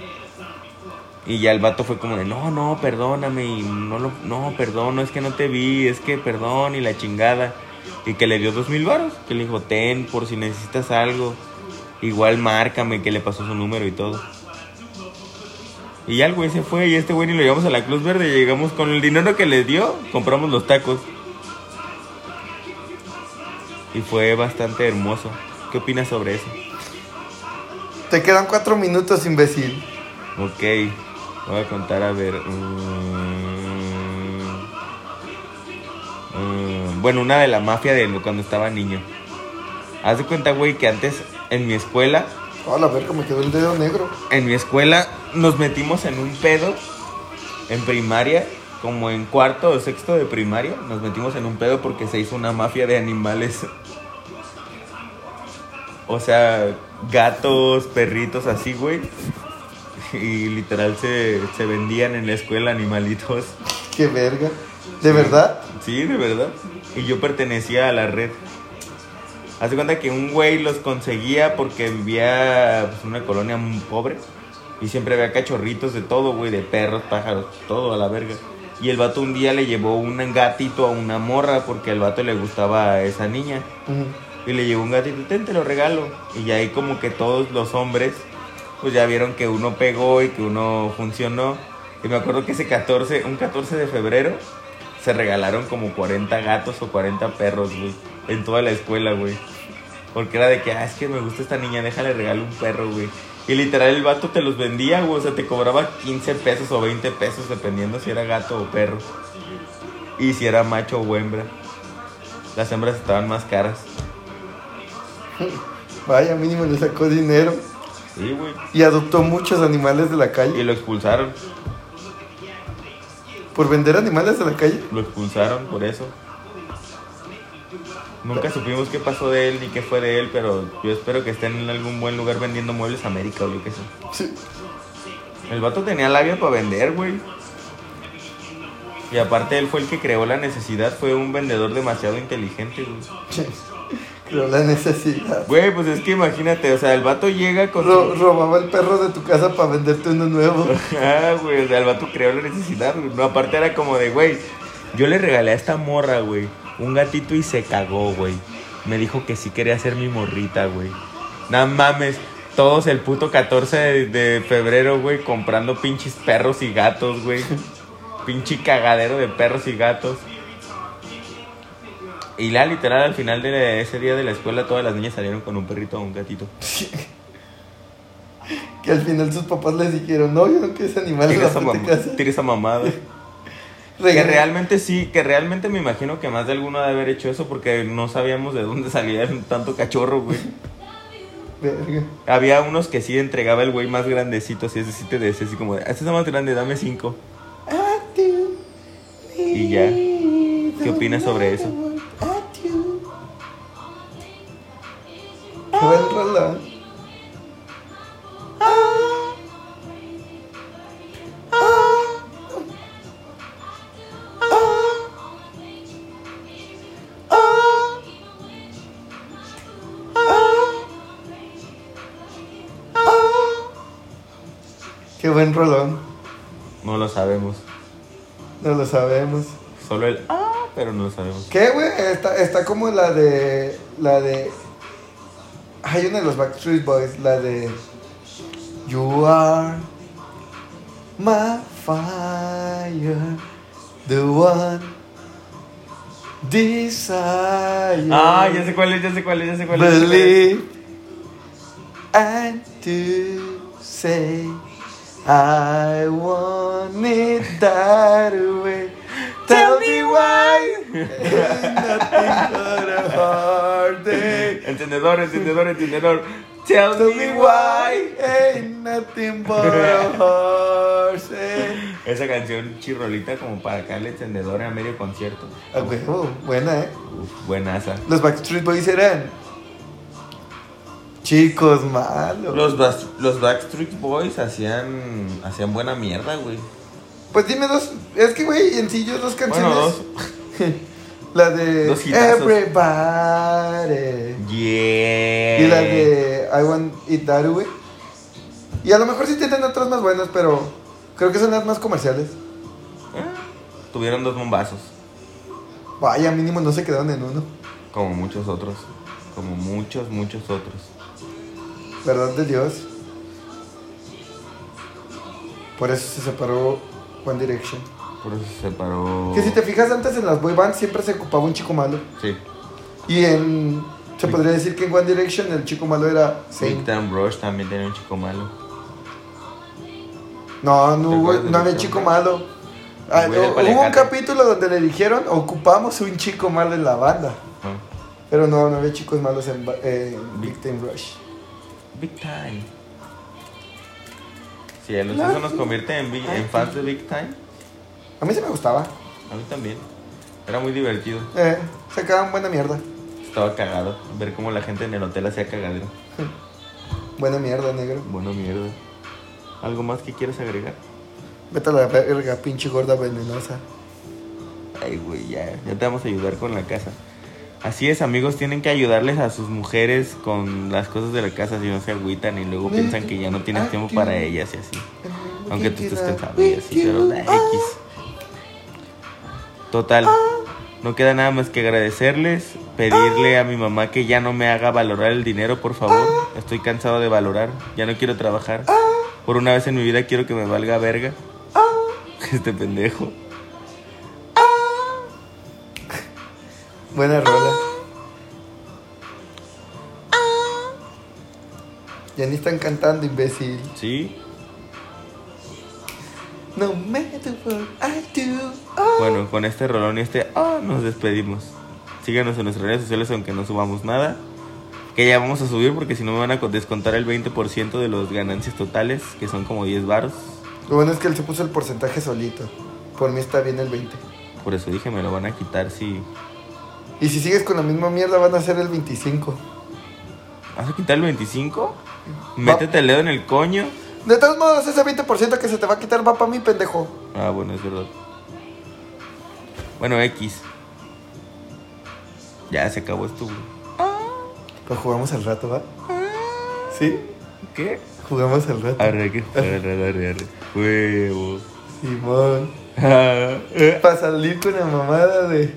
S2: Y ya el vato fue como de, no, no, perdóname, y no, lo, no, perdón, no es que no te vi, es que perdón, y la chingada. Y que le dio dos mil varos, que le dijo, ten, por si necesitas algo, igual márcame, que le pasó su número y todo. Y ya el güey se fue, y este güey ni lo llevamos a la Cruz Verde, y llegamos con el dinero que le dio, compramos los tacos. Y fue bastante hermoso. ¿Qué opinas sobre eso?
S1: Te quedan cuatro minutos, imbécil.
S2: Ok, Voy a contar a ver. mm, mm, bueno, una de la mafia de cuando estaba niño. Haz de cuenta, güey, que antes en mi escuela,
S1: Hola, a ver cómo quedó el dedo negro.
S2: en mi escuela nos metimos en un pedo en primaria, como en cuarto o sexto de primaria, nos metimos en un pedo porque se hizo una mafia de animales. O sea, gatos, perritos así, güey. Y literal se, se vendían en la escuela animalitos.
S1: Qué verga. ¿De verdad?
S2: Sí, de verdad. Y yo pertenecía a la red. Hace cuenta que un güey los conseguía porque vivía pues, en una colonia muy pobre. Y siempre había cachorritos de todo, güey, de perros, pájaros, todo a la verga. Y el vato un día le llevó un gatito a una morra porque al vato le gustaba a esa niña.
S1: Ujú.
S2: Y le llevó un gatito, ten, te lo regalo. Y ahí como que todos los hombres, pues ya vieron que uno pegó y que uno funcionó. Y me acuerdo que ese 14, un 14 de febrero, se regalaron como 40 gatos o 40 perros, güey. En toda la escuela, güey. Porque era de que, ah, es que me gusta esta niña, déjale regalo un perro, güey. Y literal el vato te los vendía, güey. O sea, te cobraba 15 pesos o 20 pesos, dependiendo si era gato o perro. Y si era macho o hembra. Las hembras estaban más caras.
S1: Vaya, mínimo le sacó dinero.
S2: Sí, güey.
S1: Y adoptó muchos animales de la
S2: Y
S1: calle.
S2: lo expulsaron.
S1: ¿Por vender animales de la calle?
S2: Lo expulsaron por eso. Nunca supimos qué pasó de él ni qué fue de él, pero yo espero que esté en algún buen lugar vendiendo muebles América o lo que sea.
S1: Sí.
S2: El vato tenía labia para vender, güey. Y aparte él fue el que creó la necesidad, fue un vendedor demasiado inteligente, güey.
S1: Creo la necesidad.
S2: Güey, pues es que imagínate, o sea, el vato llega con
S1: Ro-
S2: su...
S1: robaba el perro de tu casa para venderte uno nuevo.
S2: Ah, güey, o sea, el vato creó la necesidad, güey. No, aparte era como de, güey, yo le regalé a esta morra, güey, un gatito y se cagó, güey. Me dijo que sí quería ser mi morrita, güey. No mames, todos el puto 14 de, de febrero, güey, comprando pinches perros y gatos, güey. Pinche cagadero de perros y gatos. Y la literal, al final de ese día de la escuela, todas las niñas salieron con un perrito o un gatito.
S1: Que al final sus papás les dijeron, no, yo no quiero ese animal en
S2: Tira
S1: la
S2: esa,
S1: puta
S2: mam-
S1: casa.
S2: tira esa mamada. Que
S1: Regala-
S2: realmente sí, que realmente me imagino que más de alguno ha de haber hecho eso porque no sabíamos de dónde salía tanto cachorro, güey.
S1: Verga.
S2: Había unos que sí entregaba el güey más grandecito, así es decir, te decía así como, de, "Ah, este está más grande, dame cinco.
S1: Y
S2: ya. ¿Qué opinas sobre eso?
S1: Qué buen rola. Qué buen rolón,
S2: No lo sabemos,
S1: no lo sabemos.
S2: solo el... "Ah", pero no lo sabemos.
S1: ¿Qué, güey? Está, está como la de. La de. Hay una de los Backstreet Boys, la de. You are my fire, the one desire.
S2: Ah, ya sé cuál es, ya sé cuál es, ya sé cuál es.
S1: Believe and to say I want it that way. Tell me why nothing but a hard day.
S2: Entendedor, entendedor, entendedor. Tell
S1: Tell
S2: me why.
S1: ain't nothing but a horse. eh.
S2: Esa canción chirrolita como para acá el entendedor a medio concierto.
S1: A huevo, buena, eh.
S2: Uf, buenaza.
S1: Los Backstreet Boys eran chicos malos.
S2: Los, Bas- los Backstreet Boys hacían hacían buena mierda, güey.
S1: Pues dime dos. Es que, güey, en sí yo dos canciones.
S2: Bueno, dos.
S1: La de
S2: Dos hitazos.
S1: Everybody.
S2: Yeah.
S1: Y la de I Want It That Way. Y a lo mejor sí tienen otras más buenas, pero creo que son las más comerciales.
S2: Ah, Tuvieron dos bombazos,
S1: Vaya, mínimo no se quedaron en uno.
S2: como muchos otros. Como muchos, muchos otros.
S1: Verdad de Dios. Por eso se separó One Direction.
S2: Por eso se separó.
S1: Que si te fijas antes en las boy bands siempre se ocupaba un chico malo.
S2: Sí.
S1: Y en... Se podría decir que en One Direction el chico malo era Zayn.
S2: Big Time Rush también tenía un chico malo.
S1: No, no
S2: ¿Te
S1: hubo,
S2: acuerdas de
S1: no había
S2: Luis
S1: chico
S2: Campbell?
S1: malo. Ah,
S2: Güey, el
S1: hubo un
S2: Paliacate.
S1: capítulo donde le dijeron ocupamos un chico malo en la banda.
S2: Ah,
S1: Pero no, no había chicos malos en, ba- eh, en Big
S2: Big-
S1: Time Rush.
S2: Big Time. Si a los eso nos convierte en, big- en fans de Big Time,
S1: A mí se me gustaba.
S2: a mí también. Era muy divertido.
S1: Eh, sacaban buena mierda.
S2: Estaba cagado. Ver cómo la gente en el hotel hacía cagadero.
S1: Buena mierda, negro.
S2: Bueno, mierda. ¿Algo más que quieras agregar?
S1: Vete a la verga, pinche gorda venenosa.
S2: Ay, güey, ya, ya te vamos a ayudar con la casa. Así es, amigos, tienen que ayudarles a sus mujeres con las cosas de la casa si no se agüitan y luego piensan que ya no tienes tiempo para ellas y así. Aunque tú estés cansado y así, pero la X. Total. No queda nada más que agradecerles, pedirle a mi mamá que ya no me haga valorar el dinero, por favor. Estoy cansado de valorar, ya no quiero trabajar. Por una vez en mi vida quiero que me valga verga. Este pendejo.
S1: Buena rola. Ya ni están cantando, imbécil.
S2: ¿Sí?
S1: No matter what I do. oh.
S2: Bueno, con este rolón y este ah, nos despedimos. Síganos en nuestras redes sociales aunque no subamos nada. Que ya vamos a subir porque si no me van a co- descontar el 20% de los ganancias totales, que son como 10 baros.
S1: Lo bueno es que él se puso el porcentaje solito. Por mí está bien el 20.
S2: Por eso dije, me lo van a quitar si...
S1: Y si sigues con la misma mierda van a ser el 25.
S2: ¿Vas a quitar el 25? Métete el dedo en el coño.
S1: De todos modos, ese 20% que se te va a quitar va para mí, pendejo.
S2: Ah, bueno, es verdad. Bueno, X. Ya se acabó esto. güey.
S1: Lo Pues jugamos al rato, ¿va?
S2: Ah.
S1: Sí,
S2: ¿Qué?
S1: jugamos al rato.
S2: Arre, que arre, arre, arre, arre. Huevo.
S1: Simón. Para salir con la mamada de.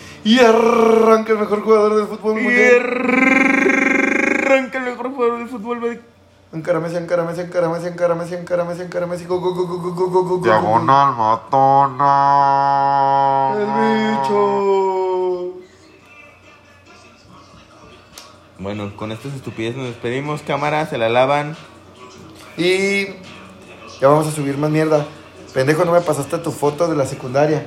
S1: y arranca el mejor jugador del fútbol mundial.
S2: arranca el mejor jugador de fútbol. güey.
S1: Encara Messi, encara Messi, encara Messi, encara Messi, encara Messi, encara Messi, go, go, go, go, go, go, go, go, go.
S3: Diagonal matona.
S1: El bicho.
S2: Bueno, con estas estupideces nos despedimos. Cámara, se la lavan.
S1: Y ya vamos a subir más mierda. Pendejo, no me pasaste tu foto de la secundaria.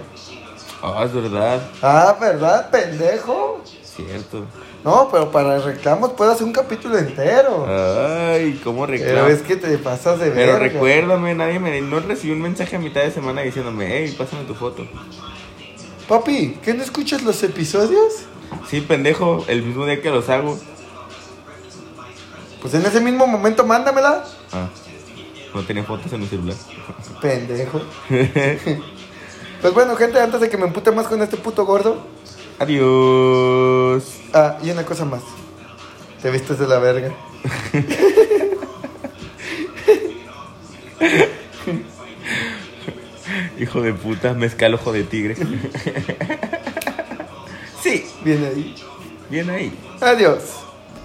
S2: Ah, es verdad.
S1: Ah, ¿verdad, pendejo?
S2: Cierto.
S1: No, pero para reclamos puedes hacer un capítulo entero.
S2: Ay, cómo
S1: Pero es
S2: reclamo.
S1: que te pasas de
S2: Pero
S1: verga.
S2: recuérdame, nadie me no recibí un mensaje a mitad de semana diciéndome, hey, pásame tu foto.
S1: Papi, ¿qué no escuchas los episodios?
S2: Sí, pendejo, el mismo día que los hago.
S1: Pues en ese mismo momento mándamela.
S2: Ah, no tenía fotos en mi celular.
S1: Pendejo. pues bueno, gente, antes de que me empute más con este puto gordo.
S2: Adiós.
S1: Ah, y una cosa más. Te vistes de la verga.
S2: Y Hijo de puta, mezcal ojo de tigre. sí,
S1: Viene ahí.
S2: bien ahí.
S1: Adiós.